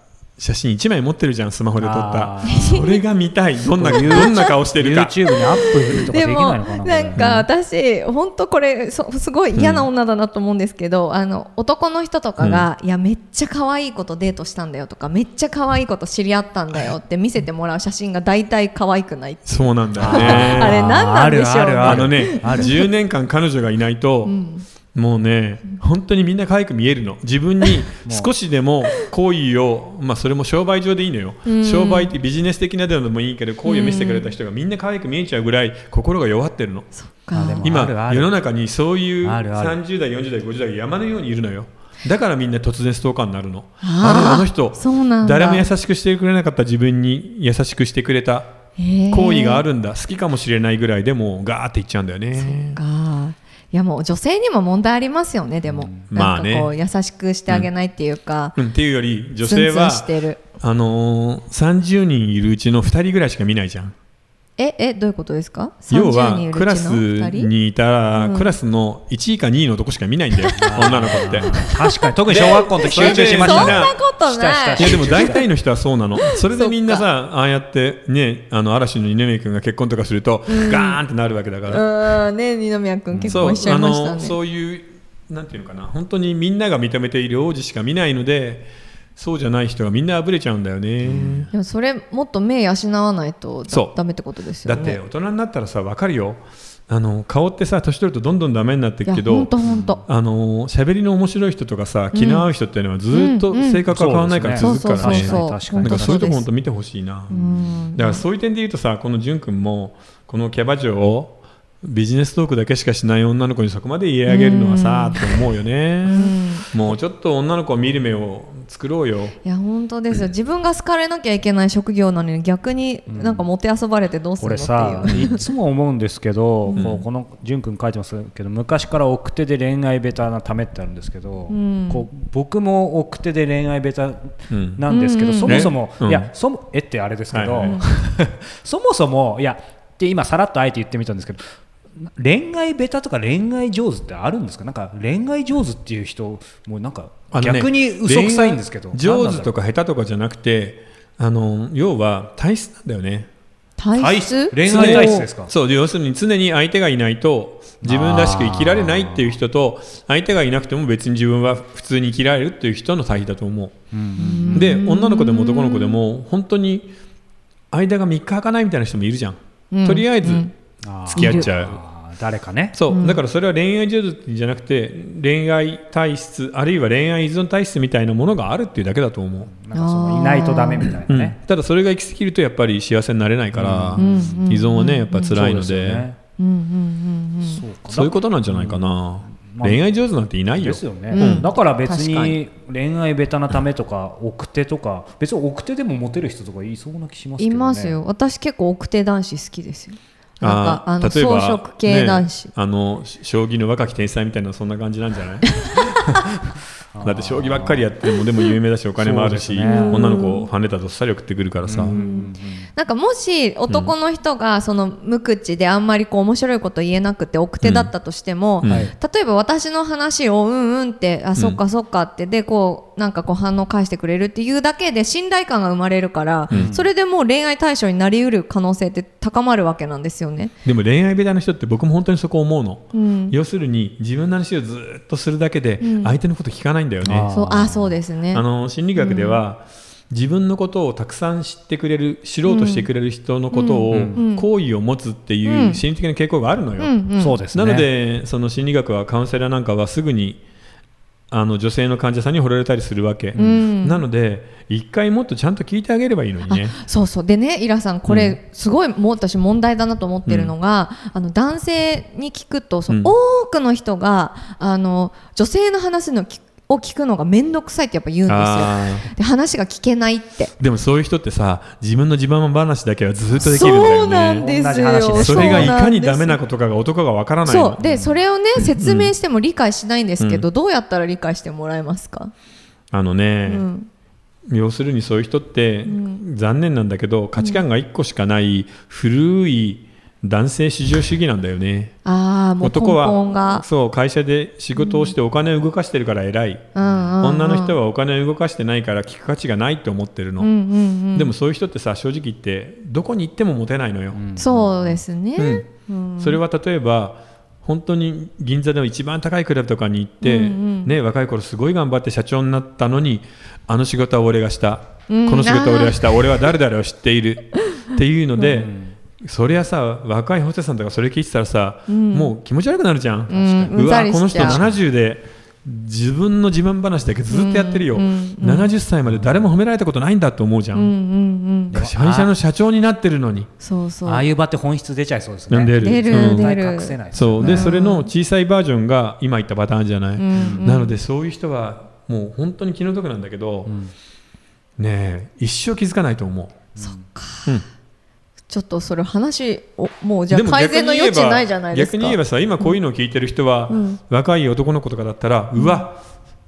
[SPEAKER 3] 写真1枚持ってるじゃんスマホで撮った
[SPEAKER 2] あ
[SPEAKER 3] それが見 たいどんなどんな顔してるか
[SPEAKER 2] YouTube にアップとか
[SPEAKER 1] で
[SPEAKER 2] でき
[SPEAKER 1] も
[SPEAKER 2] ないのかな
[SPEAKER 1] なんか私本当これそすごい嫌な女だなと思うんですけど、あの男の人とかが、いやめっちゃ可愛い子とデートしたんだよとかめっちゃ可愛い子と知り合ったんだよって見せてもらう写真が大体可愛くないって
[SPEAKER 3] そうなんだ よ
[SPEAKER 1] あ
[SPEAKER 3] ね
[SPEAKER 1] れ何なんでしょうね
[SPEAKER 2] あるあ
[SPEAKER 3] あ
[SPEAKER 2] る
[SPEAKER 3] の
[SPEAKER 2] ある
[SPEAKER 3] ね
[SPEAKER 2] ある
[SPEAKER 3] 10年間彼女がいないと、
[SPEAKER 1] ん
[SPEAKER 3] もうね本当にみんな可愛く見えるの自 分に少しでも好意を、まあ、それも商売上でいいのよ、
[SPEAKER 1] うん
[SPEAKER 3] 商売ってビジネス的なでもいいけど好意を見せてくれた人がみんな可愛く見えちゃうぐらい心が弱ってるの
[SPEAKER 1] か
[SPEAKER 2] あでも
[SPEAKER 3] 今
[SPEAKER 2] あるある
[SPEAKER 3] 世の中にそういう
[SPEAKER 2] あるある
[SPEAKER 3] 30代40代50代が山のようにいるのよだからみんな突然ストーカーになるの
[SPEAKER 1] あー
[SPEAKER 3] あの人
[SPEAKER 1] そうなんだ
[SPEAKER 3] 誰も優しくしてくれなかった自分に優しくしてくれた好意があるんだ好きかもしれないぐらいでもうガーっていっちゃうんだよね
[SPEAKER 1] かいやもう女性にも問題ありますよねでも、
[SPEAKER 3] ま
[SPEAKER 1] な
[SPEAKER 3] あ
[SPEAKER 1] ん
[SPEAKER 3] ね
[SPEAKER 1] かこう優しくしてあげないっていうか、
[SPEAKER 3] うん、っていうより女性は
[SPEAKER 1] ツンツンしてる
[SPEAKER 3] あのー、30人いるうちの2人ぐらいしか見ないじゃん
[SPEAKER 1] ええどういうことですか30
[SPEAKER 3] 要
[SPEAKER 1] 人い
[SPEAKER 3] は
[SPEAKER 1] るうちの
[SPEAKER 3] クラス
[SPEAKER 1] 2人
[SPEAKER 3] にいたら、
[SPEAKER 1] うん
[SPEAKER 3] クラスの1位か2位のとこしか見ないん だよ女の子って
[SPEAKER 2] 確かに特に小学校の時集中しまし
[SPEAKER 1] そ
[SPEAKER 2] た
[SPEAKER 1] ん
[SPEAKER 2] ね
[SPEAKER 1] なこと
[SPEAKER 2] したした
[SPEAKER 1] ない
[SPEAKER 2] し
[SPEAKER 3] いやでも大体の人はそうなの それでみんなさああやってねあの嵐の二宮君が結婚とかすると、ガーンってなるわけだから、
[SPEAKER 1] うんね二宮君結
[SPEAKER 3] そう
[SPEAKER 1] 婚しちゃいましたね
[SPEAKER 3] そういうなんていうのかな本当にみんなが認めている王子しか見ないのでそうじゃない人がみんなあぶれちゃうんだよね、
[SPEAKER 1] でもそれもっと目養わないとだ
[SPEAKER 3] そう
[SPEAKER 1] ダメってことです
[SPEAKER 3] だ
[SPEAKER 1] よ
[SPEAKER 3] っ
[SPEAKER 1] ね
[SPEAKER 3] て大人になったらさ分かるよあの顔ってさ年取るとどんどんダメになっていくけ
[SPEAKER 1] いやほん
[SPEAKER 3] ど
[SPEAKER 1] とほんと
[SPEAKER 3] あの喋りの面白い人とかさ気の合う人っていうのはずーっと
[SPEAKER 1] うんうん
[SPEAKER 3] 性格が変わらないから
[SPEAKER 2] そう
[SPEAKER 3] 続
[SPEAKER 2] です
[SPEAKER 3] くから
[SPEAKER 1] そうそうそう
[SPEAKER 2] 確か
[SPEAKER 3] ね
[SPEAKER 2] に
[SPEAKER 3] だ
[SPEAKER 2] 確
[SPEAKER 3] か
[SPEAKER 2] に
[SPEAKER 3] らそういうとこ本当
[SPEAKER 1] 本
[SPEAKER 3] 見てほしいな、
[SPEAKER 1] 当うん
[SPEAKER 3] だからそういう点で言うとさこの淳君もこのキャバ嬢をビジネストークだけしかしない女の子にそこまで言い上げるのはさって思うよねもうちょっと女の子を見る目を作ろうよ
[SPEAKER 1] いや本当ですよ自分が好かれなきゃいけない職業なのに逆になんかもてあそばれてどうす
[SPEAKER 2] こ
[SPEAKER 1] るのっ
[SPEAKER 2] れ
[SPEAKER 1] てい
[SPEAKER 2] さ
[SPEAKER 1] う
[SPEAKER 2] いつも思うんですけど、
[SPEAKER 3] ん
[SPEAKER 2] こうこの淳君書いてますけど昔から奥手で恋愛ベタなためってあるんですけど、
[SPEAKER 1] ん
[SPEAKER 2] こう僕も奥手で恋愛ベタ
[SPEAKER 3] うん
[SPEAKER 2] なんですけど、
[SPEAKER 1] うんうん
[SPEAKER 2] そもそも、
[SPEAKER 3] ねうん
[SPEAKER 2] いやそもえってあれですけど、
[SPEAKER 3] はいはい
[SPEAKER 2] そもそもいやって今さらっとあえて言ってみたんですけど恋愛ベタとか恋愛上手ってあるんですかなんか恋愛上手っていう人もうなんか
[SPEAKER 3] あのね
[SPEAKER 2] 逆に嘘くさいんですけど、
[SPEAKER 3] 恋愛上手と
[SPEAKER 2] か
[SPEAKER 3] か下手とかじゃなくてあの要は体質なんだよね
[SPEAKER 1] 体質
[SPEAKER 2] 恋愛体質ですか
[SPEAKER 3] そう要するに常に相手がいないと自分らしく生きられないっていう人と相手がいなくても別に自分は普通に生きられるっていう人の対比だと思うで女の子でも男の子でも本当に間が3日空かないみたいな人もいるじゃん、
[SPEAKER 1] うん
[SPEAKER 3] とりあえず
[SPEAKER 1] うん
[SPEAKER 3] 付き合っちゃう、
[SPEAKER 2] あー誰かね
[SPEAKER 3] そう、だからそれは恋愛上手じゃなくて恋愛体質あるいは恋愛依存体質みたいなものがあるっていうだけだと思う
[SPEAKER 2] なんかそのいないとダメみたいなね、
[SPEAKER 3] うんただそれが行き過ぎるとやっぱり幸せになれないから、
[SPEAKER 1] ん
[SPEAKER 3] 依存はねやっぱ辛い
[SPEAKER 2] そ
[SPEAKER 3] ので,、
[SPEAKER 2] うすよね
[SPEAKER 1] うんうんうんうん
[SPEAKER 2] そうか
[SPEAKER 3] そういうことなんじゃないかな、
[SPEAKER 2] まあ
[SPEAKER 3] 恋愛上手なんていないよ
[SPEAKER 2] ですよね、
[SPEAKER 1] うん
[SPEAKER 2] だから別
[SPEAKER 1] 確か
[SPEAKER 2] に
[SPEAKER 1] に
[SPEAKER 2] 恋愛ベタなためとか奥手とか別に奥手でもモテる人とかいそうな気しますけ
[SPEAKER 1] い
[SPEAKER 2] ど、ね、
[SPEAKER 1] ますよ私結構奥手男子好きですよなんかあ
[SPEAKER 3] ああ
[SPEAKER 1] の
[SPEAKER 3] 例え
[SPEAKER 1] 草
[SPEAKER 3] ば
[SPEAKER 1] 食系男子
[SPEAKER 3] ね、あのし将棋の若き天才みたいなそんな感じなんじゃ ないだって将棋ばっかりやってもでも有名だしお金もあるし、
[SPEAKER 2] そうですね
[SPEAKER 3] 女の子を跳ねたらどっさり送ってくるからさ、
[SPEAKER 1] なんかもし男の人がその無口であんまりこう面白いこと言えなくて奥手だったとしても、
[SPEAKER 3] うんはい
[SPEAKER 1] 例えば私の話をうんうんってあそっかそっかってでこうなんかこう反応返してくれるっていうだけで信頼感が生まれるから、それでもう恋愛対象になりうる可能性って高まるわけなんですよね。
[SPEAKER 3] でも恋愛下手な人って僕も本当にそこ思うの、
[SPEAKER 1] うん、
[SPEAKER 3] 要するに自分の話をずっとするだけで相手のこと聞かないんだよね、
[SPEAKER 2] あー
[SPEAKER 1] そうあそうですね。
[SPEAKER 3] あの心理学では、自分のことをたくさん知ってくれる知ろうとしてくれる人のことを
[SPEAKER 1] ん
[SPEAKER 3] 好意を持つっていう心理的な傾向があるのよ、
[SPEAKER 1] うんうん、
[SPEAKER 2] そうですね
[SPEAKER 3] なのでその心理学はカウンセラーなんかはすぐにあの女性の患者さんに惚れたりするわけ、
[SPEAKER 1] ん
[SPEAKER 3] なので一回もっとちゃんと聞いてあげればいいのにね
[SPEAKER 1] そうそうでねイラさんこれすごいもう私問題だなと思ってるのが、あの男性に聞くとその
[SPEAKER 3] うん
[SPEAKER 1] 多くの人があの女性の話のきを聞くのが面倒くさいってやっぱ言うんです
[SPEAKER 3] あ
[SPEAKER 1] よで話が聞けないって
[SPEAKER 3] ーでもそういう人ってさ自分の自慢話だけはずっとできるんだよね
[SPEAKER 1] そうなんですよ
[SPEAKER 2] 同じ話です
[SPEAKER 3] それがいかに
[SPEAKER 1] そう
[SPEAKER 3] ダ
[SPEAKER 1] んです
[SPEAKER 3] メなことかが男がわからない
[SPEAKER 1] そ
[SPEAKER 3] の
[SPEAKER 1] うでそれをね説明しても理解しないんですけど、どうやったら理解してもらえますか、
[SPEAKER 3] あのね、
[SPEAKER 1] うん
[SPEAKER 3] 要するにそういう人って、残念なんだけど価値観が1個しかない古い男性至上主義なんだよね
[SPEAKER 1] ああもう根
[SPEAKER 3] 男
[SPEAKER 1] 本
[SPEAKER 3] は
[SPEAKER 1] が、
[SPEAKER 3] そう会社で仕事をしてお金を動かしてるから偉い、
[SPEAKER 1] うんうんうん、
[SPEAKER 3] 女の人
[SPEAKER 1] は、
[SPEAKER 3] はお金を動かしてないから聞く価値がないと思ってるの、
[SPEAKER 1] うんうんうん、
[SPEAKER 3] でもそういう人ってさ正直言ってどこに行ってもモテないのよ、
[SPEAKER 1] そうですね、うん
[SPEAKER 3] それは例えば本当に銀座の一番高いクラブとかに行って、
[SPEAKER 1] うんうん
[SPEAKER 3] ね、若い頃すごい頑張って社長になったのにあの仕事は俺がした、
[SPEAKER 1] うん
[SPEAKER 3] この仕事は俺が した俺は誰々を知っているっていうので、そりゃさ若いホステスさんとかそれ聞いてたらさ、もう気持ち悪くなるじゃん、
[SPEAKER 1] ん
[SPEAKER 3] う
[SPEAKER 1] うんざ
[SPEAKER 3] わ
[SPEAKER 1] りしちゃう
[SPEAKER 3] この人70で自分の自慢話だけずっとやってるよ、
[SPEAKER 1] うんうん
[SPEAKER 3] 70歳まで誰も褒められたことないんだと思うじゃ
[SPEAKER 1] うん
[SPEAKER 3] ん、
[SPEAKER 1] うんうん
[SPEAKER 2] でも
[SPEAKER 3] 会社の社長になってるのに。
[SPEAKER 1] そうそう
[SPEAKER 2] ああいう場って本質出ちゃいそうです
[SPEAKER 3] な
[SPEAKER 2] ね
[SPEAKER 3] んで
[SPEAKER 1] 出る
[SPEAKER 3] うん
[SPEAKER 1] 出る
[SPEAKER 2] 隠せないです
[SPEAKER 3] そ
[SPEAKER 2] よ
[SPEAKER 3] う
[SPEAKER 2] ね
[SPEAKER 3] でそれの小さいバージョンが今言ったパターンじゃない、
[SPEAKER 1] うん
[SPEAKER 3] なのでそういう人はもう本当に気の毒なんだけど、
[SPEAKER 2] ん
[SPEAKER 3] ねえ一生気づかないと思
[SPEAKER 1] ちょっとそれ話をもう
[SPEAKER 3] う
[SPEAKER 1] じゃあ
[SPEAKER 3] でも逆
[SPEAKER 1] 改善
[SPEAKER 3] に
[SPEAKER 1] の
[SPEAKER 3] 言え
[SPEAKER 1] 余
[SPEAKER 3] ば
[SPEAKER 1] 地ないじゃないですか
[SPEAKER 3] 逆に言えばさ今こういうのを聞いてる人は、
[SPEAKER 1] うん
[SPEAKER 3] 若い男の子とかだったら、うわ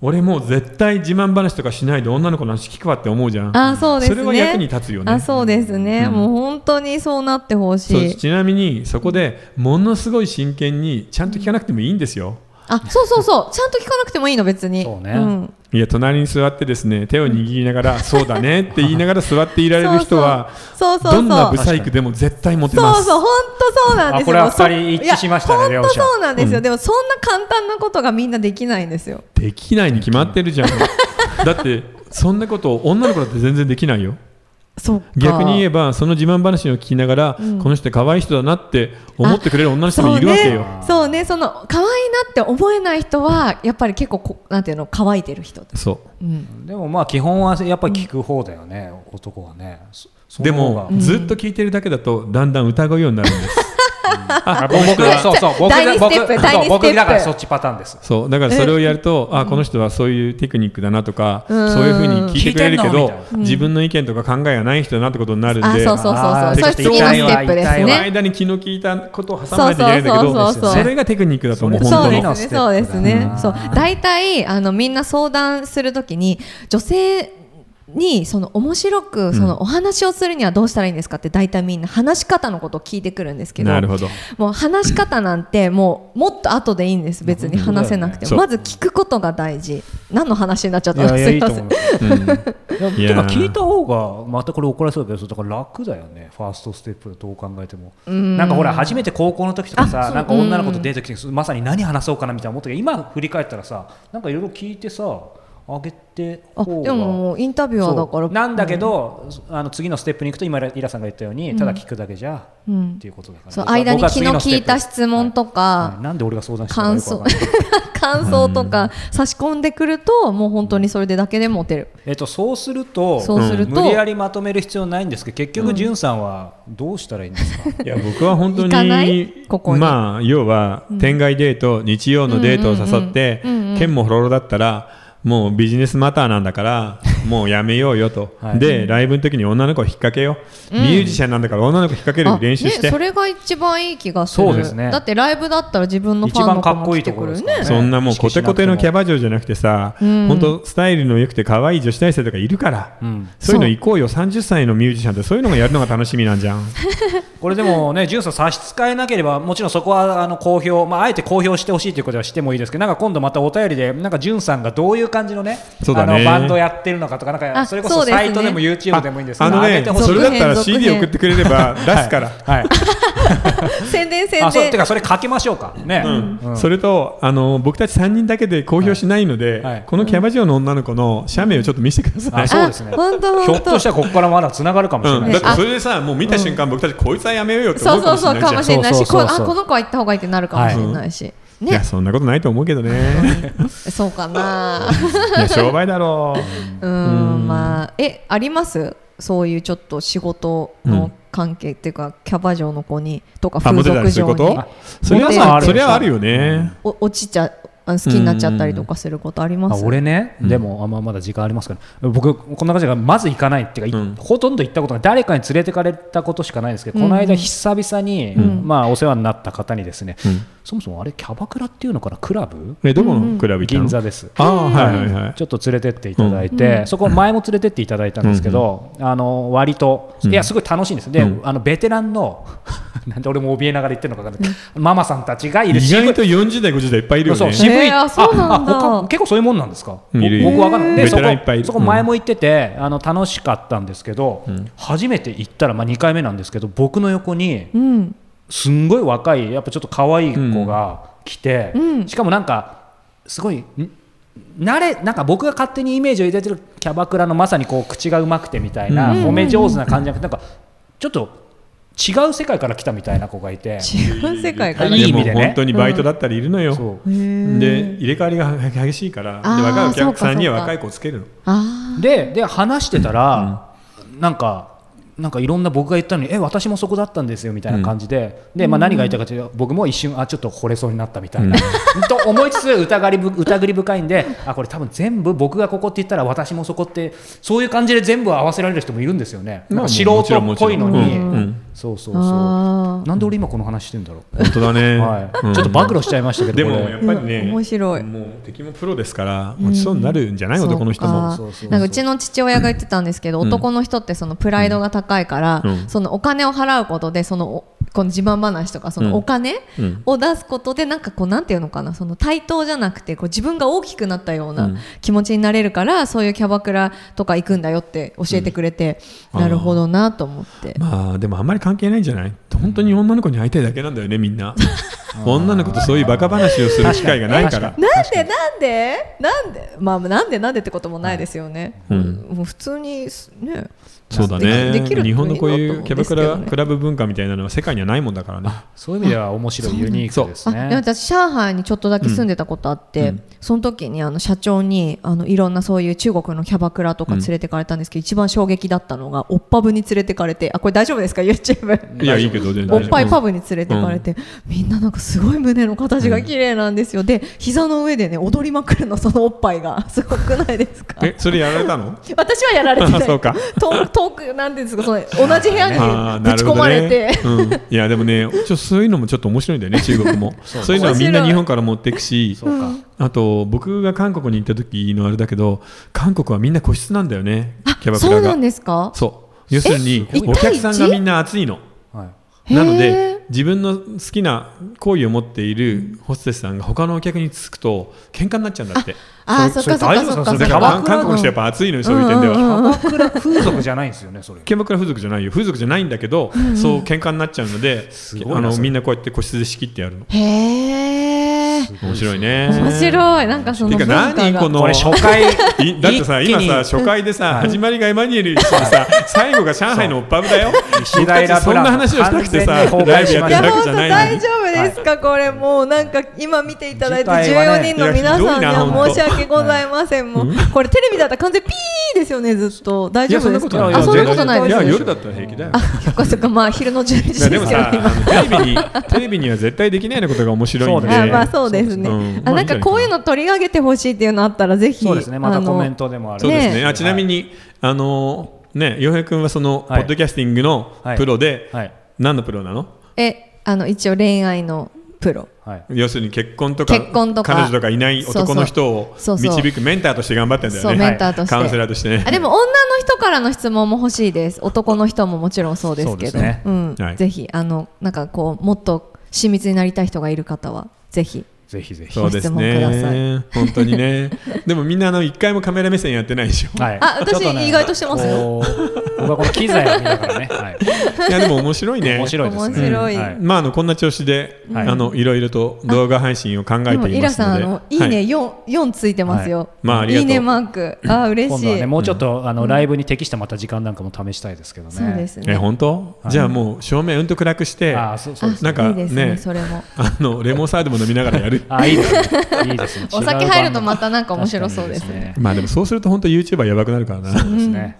[SPEAKER 3] 俺もう絶対自慢話とかしないで女の子の話聞くわって思うじゃん
[SPEAKER 1] あそうですね
[SPEAKER 3] それは役に立つよね
[SPEAKER 1] あそうですね、
[SPEAKER 3] うん
[SPEAKER 1] もう本当にそうなってほし
[SPEAKER 3] そう
[SPEAKER 1] い
[SPEAKER 3] ちなみにそこでものすごい真剣にちゃんと聞かなくてもいいんですよ、
[SPEAKER 1] あそうそうそうちゃんと聞かなくてもいいの別に
[SPEAKER 2] そうね
[SPEAKER 1] ん、
[SPEAKER 3] いや隣に座ってですね手を握りながら、そうだねって言いながら座っていられる人は
[SPEAKER 1] そうそうそう
[SPEAKER 3] どんなブサイクでも絶対モテま
[SPEAKER 1] そう
[SPEAKER 3] す
[SPEAKER 1] そう本当そうなんですよ
[SPEAKER 2] あこれは二人一致しましたね
[SPEAKER 1] いや
[SPEAKER 2] 両
[SPEAKER 1] 本
[SPEAKER 2] 者
[SPEAKER 1] 当そうなんですよ、
[SPEAKER 3] うん
[SPEAKER 1] でもそんな簡単なことがみんなできないんですよ
[SPEAKER 3] できないに決まって るじゃんだってそんなこと女の子だって全然できないよ
[SPEAKER 1] そっか
[SPEAKER 3] 逆に言えばその自慢話を聞きながら、この人可愛い人だなって思ってくれる女の人もいるわけ
[SPEAKER 1] そうね
[SPEAKER 3] よ
[SPEAKER 1] そうねその可愛いなって思えない人はやっぱり結構こなんていうの乾いてる人、
[SPEAKER 3] そう
[SPEAKER 1] うん、
[SPEAKER 2] でもまあ基本はやっぱり聞く方だよね、男はねそそ
[SPEAKER 3] で
[SPEAKER 2] の方
[SPEAKER 3] も
[SPEAKER 2] が、
[SPEAKER 3] ずっと聞いてるだけだとだんだん疑うようになる んです
[SPEAKER 2] あ僕がそうそう僕
[SPEAKER 1] 第二
[SPEAKER 2] が
[SPEAKER 1] ス
[SPEAKER 2] 僕
[SPEAKER 1] テップ第二
[SPEAKER 2] そう
[SPEAKER 1] ステップ
[SPEAKER 2] 僕だからそっちパターンです
[SPEAKER 3] そうだからそれをやると、あこの人はそういうテクニックだなとか、
[SPEAKER 1] うん
[SPEAKER 3] そういうふうに聞いてくれるけ
[SPEAKER 2] 聞いてんのみ
[SPEAKER 3] ど
[SPEAKER 2] たいな、
[SPEAKER 3] 自分の意見とか考えがない人だなってことになるん
[SPEAKER 1] あ
[SPEAKER 3] で
[SPEAKER 1] そうそうそう
[SPEAKER 2] あ
[SPEAKER 1] そう
[SPEAKER 2] ー
[SPEAKER 1] それ次のステップです
[SPEAKER 2] 痛い
[SPEAKER 3] その
[SPEAKER 2] わ
[SPEAKER 1] ね
[SPEAKER 3] 間に気の利いたことを挟まないといけないんだけ
[SPEAKER 1] そ
[SPEAKER 3] ど
[SPEAKER 1] うそうそうそう
[SPEAKER 3] それがテクニックだと思う
[SPEAKER 2] そ
[SPEAKER 1] そう
[SPEAKER 3] 本
[SPEAKER 1] で
[SPEAKER 3] 当
[SPEAKER 2] の
[SPEAKER 3] の
[SPEAKER 1] すねそうですね
[SPEAKER 2] うん
[SPEAKER 1] そう大体あのみんな相談するときに女性にその面白くそのお話をするにはどうしたらいいんですかって大体みんな話し方のことを聞いてくるんですけど
[SPEAKER 3] なるほど
[SPEAKER 1] もう話し方なんてもうもっと後でいいんです別に話せなくても、
[SPEAKER 3] そう
[SPEAKER 1] まず聞くことが大事何の話になっちゃっ
[SPEAKER 2] い
[SPEAKER 1] たの
[SPEAKER 2] やいや
[SPEAKER 1] す
[SPEAKER 2] い
[SPEAKER 1] い
[SPEAKER 2] い
[SPEAKER 1] ま
[SPEAKER 2] と
[SPEAKER 1] せ
[SPEAKER 2] 思
[SPEAKER 1] ん
[SPEAKER 2] います
[SPEAKER 3] うん
[SPEAKER 2] いや
[SPEAKER 3] いや
[SPEAKER 2] てか聞いた方がまたこれ怒られそうだけどだから楽だよねファーストステップでどう考えてもなんかほら初めて高校の時とか
[SPEAKER 1] あそ
[SPEAKER 2] さ
[SPEAKER 1] う
[SPEAKER 2] なんか女の子とデート来てまさに何話そうかなみたいな思ったけど今振り返ったらさなんかいろいろ聞いてさあげて
[SPEAKER 1] あ
[SPEAKER 2] 方が
[SPEAKER 1] でももうインタビュアーだから
[SPEAKER 2] そうなんだけど、あの次のステップに行くと今イラさんが言ったように、ただ聞くだけじゃ、
[SPEAKER 1] うん
[SPEAKER 2] っていうことだから
[SPEAKER 1] そう間に
[SPEAKER 2] 僕は
[SPEAKER 1] 気
[SPEAKER 2] 次
[SPEAKER 1] の
[SPEAKER 2] ステ
[SPEAKER 1] 利
[SPEAKER 2] ップ
[SPEAKER 1] いた質問とか、
[SPEAKER 2] はいはいなんで俺が相談したのか
[SPEAKER 1] 感
[SPEAKER 2] よくわ
[SPEAKER 1] 想
[SPEAKER 2] かんない
[SPEAKER 1] 感想とか差し込んでくるともう本当にそれでだけでモテる
[SPEAKER 2] えっと、そうすると
[SPEAKER 1] そうすると
[SPEAKER 2] 無理やりまとめる必要ないんですけど結局、じゅんさんはどうしたらいいんですか、
[SPEAKER 3] いや僕は本当
[SPEAKER 1] 行かない
[SPEAKER 3] に
[SPEAKER 1] ここに
[SPEAKER 3] まあ要は天外デート日曜のデートを誘って剣もほろろだったらもうビジネスマターなんだ からもうやめようよと、
[SPEAKER 2] はい
[SPEAKER 3] でライブの時に女の子を引っ掛けよう、ミュージシャンなんだから女の子引っ掛け
[SPEAKER 1] あ
[SPEAKER 3] る練習して、
[SPEAKER 1] ね、それが一番いい気がする
[SPEAKER 2] そうですね
[SPEAKER 1] だってライブだったら自分のファンの子も来てくる
[SPEAKER 2] 一番かっこいいところ
[SPEAKER 1] ね
[SPEAKER 2] です
[SPEAKER 3] そんなもう
[SPEAKER 2] 意識
[SPEAKER 3] コ
[SPEAKER 2] しな
[SPEAKER 3] テ
[SPEAKER 2] くても
[SPEAKER 3] コテのキャバ嬢じゃなくてさ、本当スタイルの良くて可愛い女子大生とかいるから、
[SPEAKER 2] うん
[SPEAKER 3] そういうの行こうよ30歳のミュージシャンってそういうのがやるのが楽しみなんじゃん
[SPEAKER 2] これでもね、じゅんさん、差し支えなければ、もちろんそこはあの公表、まあ、あえて公表してほしいということはしてもいいですけど、なんか今度またお便りで、なんかじゅんさんがどういう感じのね、
[SPEAKER 3] そうだね
[SPEAKER 2] あのバンドやってるのかとか、なん
[SPEAKER 1] あ
[SPEAKER 2] かそれこ
[SPEAKER 1] そ
[SPEAKER 2] そう
[SPEAKER 1] ですね
[SPEAKER 2] サイトでも YouTube でもいいんですけ
[SPEAKER 3] あ
[SPEAKER 2] ど、
[SPEAKER 3] の
[SPEAKER 2] 上
[SPEAKER 3] ね
[SPEAKER 2] げてほしい
[SPEAKER 3] それだったら
[SPEAKER 1] 続編
[SPEAKER 3] CD 送ってくれれ ば出すから、
[SPEAKER 2] はい、
[SPEAKER 1] 宣伝宣
[SPEAKER 2] あそうて
[SPEAKER 1] 伝
[SPEAKER 2] か、それかけましょうか、ね、うん
[SPEAKER 3] それとあの僕たち3人だけで公表しないので、
[SPEAKER 2] はいはい
[SPEAKER 3] このキャバ嬢の女の子の写メをちょっと見せてください、
[SPEAKER 2] あそうですね
[SPEAKER 1] あ本当本
[SPEAKER 2] ひ
[SPEAKER 1] 当
[SPEAKER 2] ょっとしたらここからまだつながるかもしれ
[SPEAKER 3] う、
[SPEAKER 2] なんい
[SPEAKER 3] だ
[SPEAKER 2] で
[SPEAKER 3] っ
[SPEAKER 2] す、
[SPEAKER 3] てそれでさ、もう見た瞬間、僕たちこいつはやめようよって
[SPEAKER 1] そ
[SPEAKER 3] 思
[SPEAKER 1] う
[SPEAKER 3] うか
[SPEAKER 1] そうそう
[SPEAKER 3] もしれないじ
[SPEAKER 1] か
[SPEAKER 3] ゃ
[SPEAKER 1] も
[SPEAKER 3] ん
[SPEAKER 1] しれないし
[SPEAKER 2] そうそうそうそ
[SPEAKER 1] こう
[SPEAKER 2] う
[SPEAKER 1] あこの子は行った方がいいってなるかもしれないし、
[SPEAKER 3] いや
[SPEAKER 1] ね
[SPEAKER 3] そんなことないと思うけどね
[SPEAKER 1] そうかな
[SPEAKER 3] いや商売だろう
[SPEAKER 1] うん
[SPEAKER 3] うん
[SPEAKER 1] まあえありますそういうちょっと仕事の関係っていうか、キャバ嬢の子にとか
[SPEAKER 3] あ
[SPEAKER 1] 風
[SPEAKER 3] モテた
[SPEAKER 1] 俗
[SPEAKER 3] りする
[SPEAKER 1] 嬢
[SPEAKER 3] こ
[SPEAKER 1] に
[SPEAKER 3] と
[SPEAKER 2] そ
[SPEAKER 3] そ
[SPEAKER 2] れ
[SPEAKER 3] れ
[SPEAKER 2] は
[SPEAKER 3] は
[SPEAKER 1] まあ
[SPEAKER 3] それはあるよね、
[SPEAKER 1] お落ちちゃあの好きになっちゃったりとかすることあります
[SPEAKER 2] あ俺ね、でもあんままだ時間ありますから僕こんな感じがまず行かないっていうか、い
[SPEAKER 3] うん
[SPEAKER 2] ほとんど行ったことが誰かに連れてかれたことしかないんですけど、この間久々に、
[SPEAKER 1] ん
[SPEAKER 2] まあお世話になった方にですね、
[SPEAKER 3] うん
[SPEAKER 2] そもそもあれキャバクラっていうのかなクラブ
[SPEAKER 3] えどこのクラブ行ったの
[SPEAKER 2] 銀座です。
[SPEAKER 3] ああはいはいはい
[SPEAKER 2] ちょっと連れてっていただいて、そこ前も連れてっていただいたんですけど、あの割と、いやすごい楽しいんですで、あのベテランの なんで俺も怯えながら言ってるのか分かんない、ママさんたちがいる
[SPEAKER 3] 意外と40代50代いっぱいいるよ
[SPEAKER 2] そう
[SPEAKER 3] ね
[SPEAKER 2] 渋い、
[SPEAKER 1] へーあそうなんだ
[SPEAKER 2] ああ他結構そういうもんなんですか
[SPEAKER 3] いるいる
[SPEAKER 2] 僕わかんないで
[SPEAKER 3] ベ
[SPEAKER 2] そ
[SPEAKER 3] テ
[SPEAKER 2] こ
[SPEAKER 3] ランいっぱいいる
[SPEAKER 2] そこ前も行ってて、あの楽しかったんですけど、初めて行ったら、まあ、2回目なんですけど僕の横に
[SPEAKER 1] うん
[SPEAKER 2] すんごい若いやっぱちょっと可愛い子が来て、
[SPEAKER 1] うんうん
[SPEAKER 2] しかもなんかすごいん慣れなんか僕が勝手にイメージを抱いてるキャバクラのまさにこう口がうまくてみたいな、
[SPEAKER 3] うん
[SPEAKER 2] 褒め上手な感じじゃなくてなんかちょっと違う世界から来たみたいな子がい
[SPEAKER 1] 違
[SPEAKER 2] て。
[SPEAKER 1] う世界から
[SPEAKER 2] いい意味でね
[SPEAKER 3] も本当にバイトだったりいるのよ、
[SPEAKER 2] そう
[SPEAKER 1] へー
[SPEAKER 3] で入れ替わりが激しいからで
[SPEAKER 1] あー
[SPEAKER 3] 若いお
[SPEAKER 1] そう
[SPEAKER 3] 客
[SPEAKER 1] か
[SPEAKER 3] さんには
[SPEAKER 1] そうか
[SPEAKER 3] 若い子をつけるの
[SPEAKER 1] あー
[SPEAKER 2] でで話してたら、なんかなんかいろんな僕が言ったのにえ私もそこだったんですよみたいな感じで,、でまあ、何が言いたいかというと僕も一瞬あちょっと惚れそうになったみたいな、と思いつつ疑りぶ 疑り深いんであこれ多分全部僕がここって言ったら私もそこってそういう感じで全部合わせられる人もいるんですよね、な
[SPEAKER 3] まあ
[SPEAKER 2] んか素人っぽいの
[SPEAKER 3] も
[SPEAKER 2] に、
[SPEAKER 3] ちろんもちろんうんうん
[SPEAKER 2] そうそうそ
[SPEAKER 1] あ
[SPEAKER 2] う
[SPEAKER 1] ー
[SPEAKER 2] なんで俺今この話してんだろう、
[SPEAKER 3] 本当だね、
[SPEAKER 2] はい
[SPEAKER 3] うん
[SPEAKER 2] ちょっと暴露しちゃいましたけど
[SPEAKER 3] で
[SPEAKER 2] こ
[SPEAKER 3] も
[SPEAKER 2] れ
[SPEAKER 3] やっぱりね、
[SPEAKER 1] うん面白い
[SPEAKER 3] もう敵もプロですから落ちそうになるんじゃない、男の人も
[SPEAKER 2] そ
[SPEAKER 1] そうう
[SPEAKER 2] そうそ
[SPEAKER 1] か
[SPEAKER 2] う
[SPEAKER 1] なんかうちの父親が言ってたんですけど、
[SPEAKER 3] うん
[SPEAKER 1] 男の人ってそのプライドが高いから、
[SPEAKER 3] うん
[SPEAKER 1] そのお金を払うことでそのおこの自慢話とかそ
[SPEAKER 3] うん
[SPEAKER 1] のお金
[SPEAKER 3] うん
[SPEAKER 1] を出すことでなんかこうなんていうのかなその対等じゃなくてこう自分が大きくなったよう
[SPEAKER 3] うん
[SPEAKER 1] な気持ちになれるから、そういうキャバクラとか行くんだよって教えてくれて、
[SPEAKER 3] うん
[SPEAKER 1] なるほどなと思って。
[SPEAKER 3] まあでもあんまり関係ないんじゃない本当に女の子に会いたいだけなんだよねみ んな女の子とそういうバカ話をする機会がないから
[SPEAKER 1] なんでなんでなんでまあなんでなんでってこともないですよね。
[SPEAKER 3] うん
[SPEAKER 1] もう普通にね。
[SPEAKER 3] そうだね
[SPEAKER 1] できる
[SPEAKER 3] 日本のこういうキャバク
[SPEAKER 1] いいなと思
[SPEAKER 3] ラ
[SPEAKER 1] うんですけどね
[SPEAKER 3] クラブ文化みたいなのは世界にはないもんだからね
[SPEAKER 2] そういう意味では面白いユニークです
[SPEAKER 1] あ
[SPEAKER 2] ね
[SPEAKER 1] で私上海にちょっとだけ住んでたことあって、
[SPEAKER 3] うん
[SPEAKER 1] その時にあの社長にあのいろんなそういう中国のキャバクラとか連れてかれたんですけど、一番衝撃だったのがおっぱぶに連れてかれてあこれ大丈夫ですか YouTube
[SPEAKER 3] いやいいけど全然
[SPEAKER 1] おっぱいパブ
[SPEAKER 3] ブ
[SPEAKER 1] に連れてかれて、みんななんかすごい胸の形が綺麗なんですよ、で膝の上でね踊りまくるのそのおっぱいが すごくないですか
[SPEAKER 3] えそれやられたの
[SPEAKER 1] 私はやられてな
[SPEAKER 3] あ
[SPEAKER 1] い
[SPEAKER 3] そうか
[SPEAKER 1] 遠遠くなんていうんですかその同じ部屋に
[SPEAKER 3] あー
[SPEAKER 1] ぶ
[SPEAKER 3] な
[SPEAKER 1] ち込
[SPEAKER 3] るほど
[SPEAKER 1] まれて、
[SPEAKER 3] ね、うん、いやでもねちょっとそういうのもちょっと面白いん だよね中国もそういうのはみんな日本から持っていくし
[SPEAKER 2] そうか、
[SPEAKER 3] あと僕が韓国に行った時のあれだけど韓国はみんな個室なんだよねキャ
[SPEAKER 1] あ
[SPEAKER 3] バク
[SPEAKER 1] そ
[SPEAKER 3] ラ
[SPEAKER 1] うなん
[SPEAKER 3] が
[SPEAKER 1] ですか
[SPEAKER 3] そう要するに
[SPEAKER 1] え
[SPEAKER 3] お客さんがみんな熱いの
[SPEAKER 2] はい
[SPEAKER 1] へー
[SPEAKER 3] なので自分の好きな好意を持っているホステスさんが他のお客につくと喧嘩になっちゃうんだって
[SPEAKER 1] あー
[SPEAKER 2] そ
[SPEAKER 1] そ
[SPEAKER 2] れ
[SPEAKER 1] っかそっかそっ
[SPEAKER 2] そ
[SPEAKER 1] かそっ
[SPEAKER 2] れ大丈夫ですかそ
[SPEAKER 3] だ
[SPEAKER 2] れ
[SPEAKER 3] か
[SPEAKER 2] キャバ
[SPEAKER 3] ら
[SPEAKER 1] か
[SPEAKER 2] クラの
[SPEAKER 3] 韓国の人やっぱ熱いのよそういう点で
[SPEAKER 1] うんうん
[SPEAKER 3] は
[SPEAKER 1] うん
[SPEAKER 2] キャバクラ風俗じゃないんですよねそれ
[SPEAKER 3] キャバクラ風俗じゃないよ風俗じゃないんだけどそう喧嘩になっちゃうので
[SPEAKER 2] ごいな
[SPEAKER 3] あの
[SPEAKER 2] それ
[SPEAKER 3] みんなこうやって個室で仕切ってやるの
[SPEAKER 1] へえ
[SPEAKER 3] 面白いね
[SPEAKER 1] 面白いなんかその
[SPEAKER 3] てか
[SPEAKER 1] 文化
[SPEAKER 3] 何
[SPEAKER 1] が
[SPEAKER 3] この
[SPEAKER 2] これ初回
[SPEAKER 3] いだってさ
[SPEAKER 2] 一気
[SPEAKER 3] 今
[SPEAKER 2] に
[SPEAKER 3] さ初回でさ始まりがエマニュエルでさ最後が上海のオッパブだよ
[SPEAKER 2] 石平プラン
[SPEAKER 3] そんな話をしたくてさ
[SPEAKER 2] 完全に崩壊
[SPEAKER 3] ライブやって
[SPEAKER 2] し
[SPEAKER 3] る
[SPEAKER 2] ま
[SPEAKER 3] わけ
[SPEAKER 1] 山
[SPEAKER 3] じゃ
[SPEAKER 1] 本
[SPEAKER 3] ないの
[SPEAKER 1] 大
[SPEAKER 3] に
[SPEAKER 1] 丈夫ですか、これもうなんか今見ていただいて
[SPEAKER 2] 事態は
[SPEAKER 1] 14
[SPEAKER 2] ね
[SPEAKER 1] 人の皆さんに
[SPEAKER 3] いやひどいな
[SPEAKER 1] は申し
[SPEAKER 3] ほ
[SPEAKER 1] 訳ございません、もうこれテレビだったら完全にピーですよねずっと大
[SPEAKER 3] い
[SPEAKER 1] 丈
[SPEAKER 3] やそ
[SPEAKER 1] 夫
[SPEAKER 3] んな
[SPEAKER 1] です
[SPEAKER 3] こと
[SPEAKER 1] か
[SPEAKER 3] ない
[SPEAKER 1] あそんなことない
[SPEAKER 3] い
[SPEAKER 1] です
[SPEAKER 3] や
[SPEAKER 1] よ
[SPEAKER 3] 夜だったら平気だよ
[SPEAKER 1] そっかそっかまあ昼の10時で
[SPEAKER 3] いや
[SPEAKER 1] す
[SPEAKER 3] で
[SPEAKER 1] よ
[SPEAKER 3] も
[SPEAKER 1] ね
[SPEAKER 3] さ
[SPEAKER 1] 今
[SPEAKER 3] あのテレビにテレビには絶対できないようなことが面白いん
[SPEAKER 2] そう
[SPEAKER 3] で
[SPEAKER 2] だね
[SPEAKER 1] あまあそうですね、
[SPEAKER 3] うん
[SPEAKER 1] あなんかこういうの取り上げてほしいっていうのあったらぜひ
[SPEAKER 2] そうですねま
[SPEAKER 1] あ
[SPEAKER 2] た
[SPEAKER 1] の
[SPEAKER 2] コメントでもある
[SPEAKER 3] そうですね。
[SPEAKER 1] ね
[SPEAKER 3] あちなみに、あのね、洋平君はその、ポ
[SPEAKER 2] はい
[SPEAKER 3] ッドキャスティングの
[SPEAKER 2] はい
[SPEAKER 3] プロで、
[SPEAKER 2] はい
[SPEAKER 3] 何のプロなの
[SPEAKER 1] えあの一応恋愛のプロ
[SPEAKER 2] はい
[SPEAKER 3] 要するに結婚とか
[SPEAKER 1] 結婚とか
[SPEAKER 3] 彼女とかいない男の人を
[SPEAKER 1] そうそう
[SPEAKER 3] 導くメンターとして頑張ってんだよね。
[SPEAKER 1] そうメンターとして
[SPEAKER 3] カウンセラーとしてね。
[SPEAKER 1] あでも女の人からの質問も欲しいです男の人ももちろんそうですけど
[SPEAKER 2] そうですね
[SPEAKER 1] うん
[SPEAKER 3] はい
[SPEAKER 1] ぜひあのなんかこうもっと親密になりたい人がいる方はぜひ
[SPEAKER 2] ぜひぜひ
[SPEAKER 3] そうですね。本当 にね。でもみんなあの一回もカメラ目線やってないでしょ。
[SPEAKER 2] はい
[SPEAKER 1] あ私
[SPEAKER 2] ちょっね
[SPEAKER 1] 意外としてますよ
[SPEAKER 2] こう僕はこの機材を見ながらねはい
[SPEAKER 3] いやでも面白いね。
[SPEAKER 2] 面白いですね
[SPEAKER 1] 面白い
[SPEAKER 2] はい
[SPEAKER 3] まああのこんな調子で、
[SPEAKER 2] はい
[SPEAKER 3] あのいろいろと動画配信を考
[SPEAKER 1] で
[SPEAKER 3] えていますの
[SPEAKER 1] も
[SPEAKER 3] で。
[SPEAKER 1] イラさんあのいい
[SPEAKER 3] は
[SPEAKER 1] ね四四ついてます
[SPEAKER 2] はい
[SPEAKER 1] よ
[SPEAKER 3] まあありが
[SPEAKER 1] い
[SPEAKER 3] とう
[SPEAKER 1] ねマークあ嬉
[SPEAKER 2] 今
[SPEAKER 1] し
[SPEAKER 2] 度はね
[SPEAKER 1] い
[SPEAKER 2] もうちょっとあのライブに適したまた時間なんかも試したいですけどね
[SPEAKER 1] そうです
[SPEAKER 3] え
[SPEAKER 1] ね
[SPEAKER 3] 本当、
[SPEAKER 2] はい
[SPEAKER 3] じゃあもう照明うんと暗くして
[SPEAKER 2] あーそうそう
[SPEAKER 1] あ
[SPEAKER 2] です
[SPEAKER 3] なんか
[SPEAKER 1] いいですね
[SPEAKER 3] ね
[SPEAKER 1] それも
[SPEAKER 3] あのレモンサワーでも飲みながらやるる
[SPEAKER 2] あいいですねいいですね
[SPEAKER 1] お酒入るとまたなんか面白そうですね。
[SPEAKER 3] まあでもそうすると本当 YouTuber やばくなるからな
[SPEAKER 2] そうですね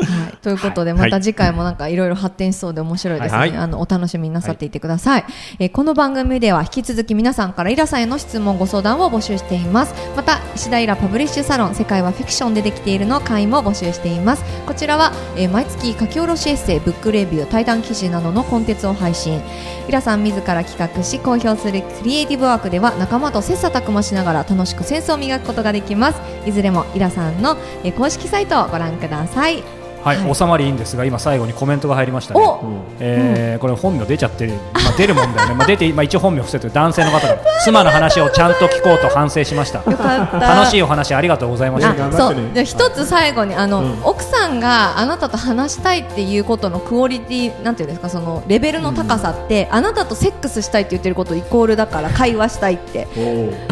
[SPEAKER 1] はい、ということで、また次回もなんかいろいろ発展しそうで面白いですね、
[SPEAKER 3] はい
[SPEAKER 1] あのお楽しみになさっていてください、えーこの番組では引き続き皆さんからイラさんへの質問ご相談を募集していますまた石田イラパブリッシュサロン世界はフィクションでできているの会も募集していますこちらは、えー毎月書き下ろしエッセイブックレビュー対談記事などのコンテンツを配信イラさん自ら企画し公表するクリエイティブワークでは仲間と切磋琢磨しながら楽しくセンスを磨くことができますいずれもイラさんの、えー公式サイトをご覧ください
[SPEAKER 2] はい、
[SPEAKER 1] はい
[SPEAKER 2] 収まりいいんですが今最後にコメントが入りましたね
[SPEAKER 1] お
[SPEAKER 2] えーこれ本名出ちゃってる、まあ、出るもんだよね、まあ、 出て、まあ、一応本名伏せてる男性の方が妻の話をちゃんと聞こうと反省しました
[SPEAKER 1] よかった。
[SPEAKER 2] 楽しいお話ありがとうございました
[SPEAKER 1] あ、そう。で一つ最後にあの、
[SPEAKER 3] うん
[SPEAKER 1] 奥さんがあなたと話したいっていうことのクオリティなんていうんですかそのレベルの高さって、あなたとセックスしたいって言ってることイコールだから会話したいって。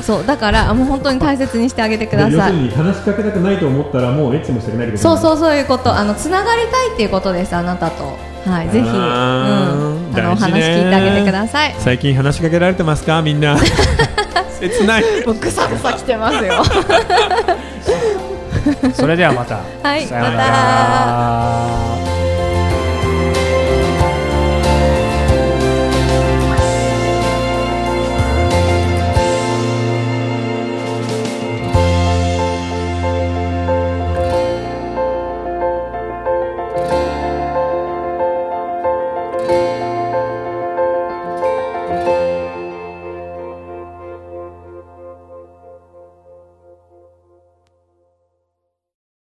[SPEAKER 1] そうだからあもう本当に大切にしてあげてくだ
[SPEAKER 4] 要
[SPEAKER 1] さ
[SPEAKER 4] する
[SPEAKER 1] い。
[SPEAKER 4] に話しかけたくないと思ったらもうエッチもしたくないってこと
[SPEAKER 1] そう
[SPEAKER 4] う
[SPEAKER 1] そうそういうことあのつながりたいっていうことですあなたと。はいぜひうん
[SPEAKER 3] あー
[SPEAKER 1] あのお
[SPEAKER 3] 大事
[SPEAKER 1] 話
[SPEAKER 3] ね
[SPEAKER 1] 聞いてあげてください。
[SPEAKER 3] 最近話しかけられてますかみ んな切ない
[SPEAKER 1] もうぐさぐさ来てますよ。
[SPEAKER 2] それではまた、
[SPEAKER 1] はい
[SPEAKER 2] さようなら
[SPEAKER 1] ま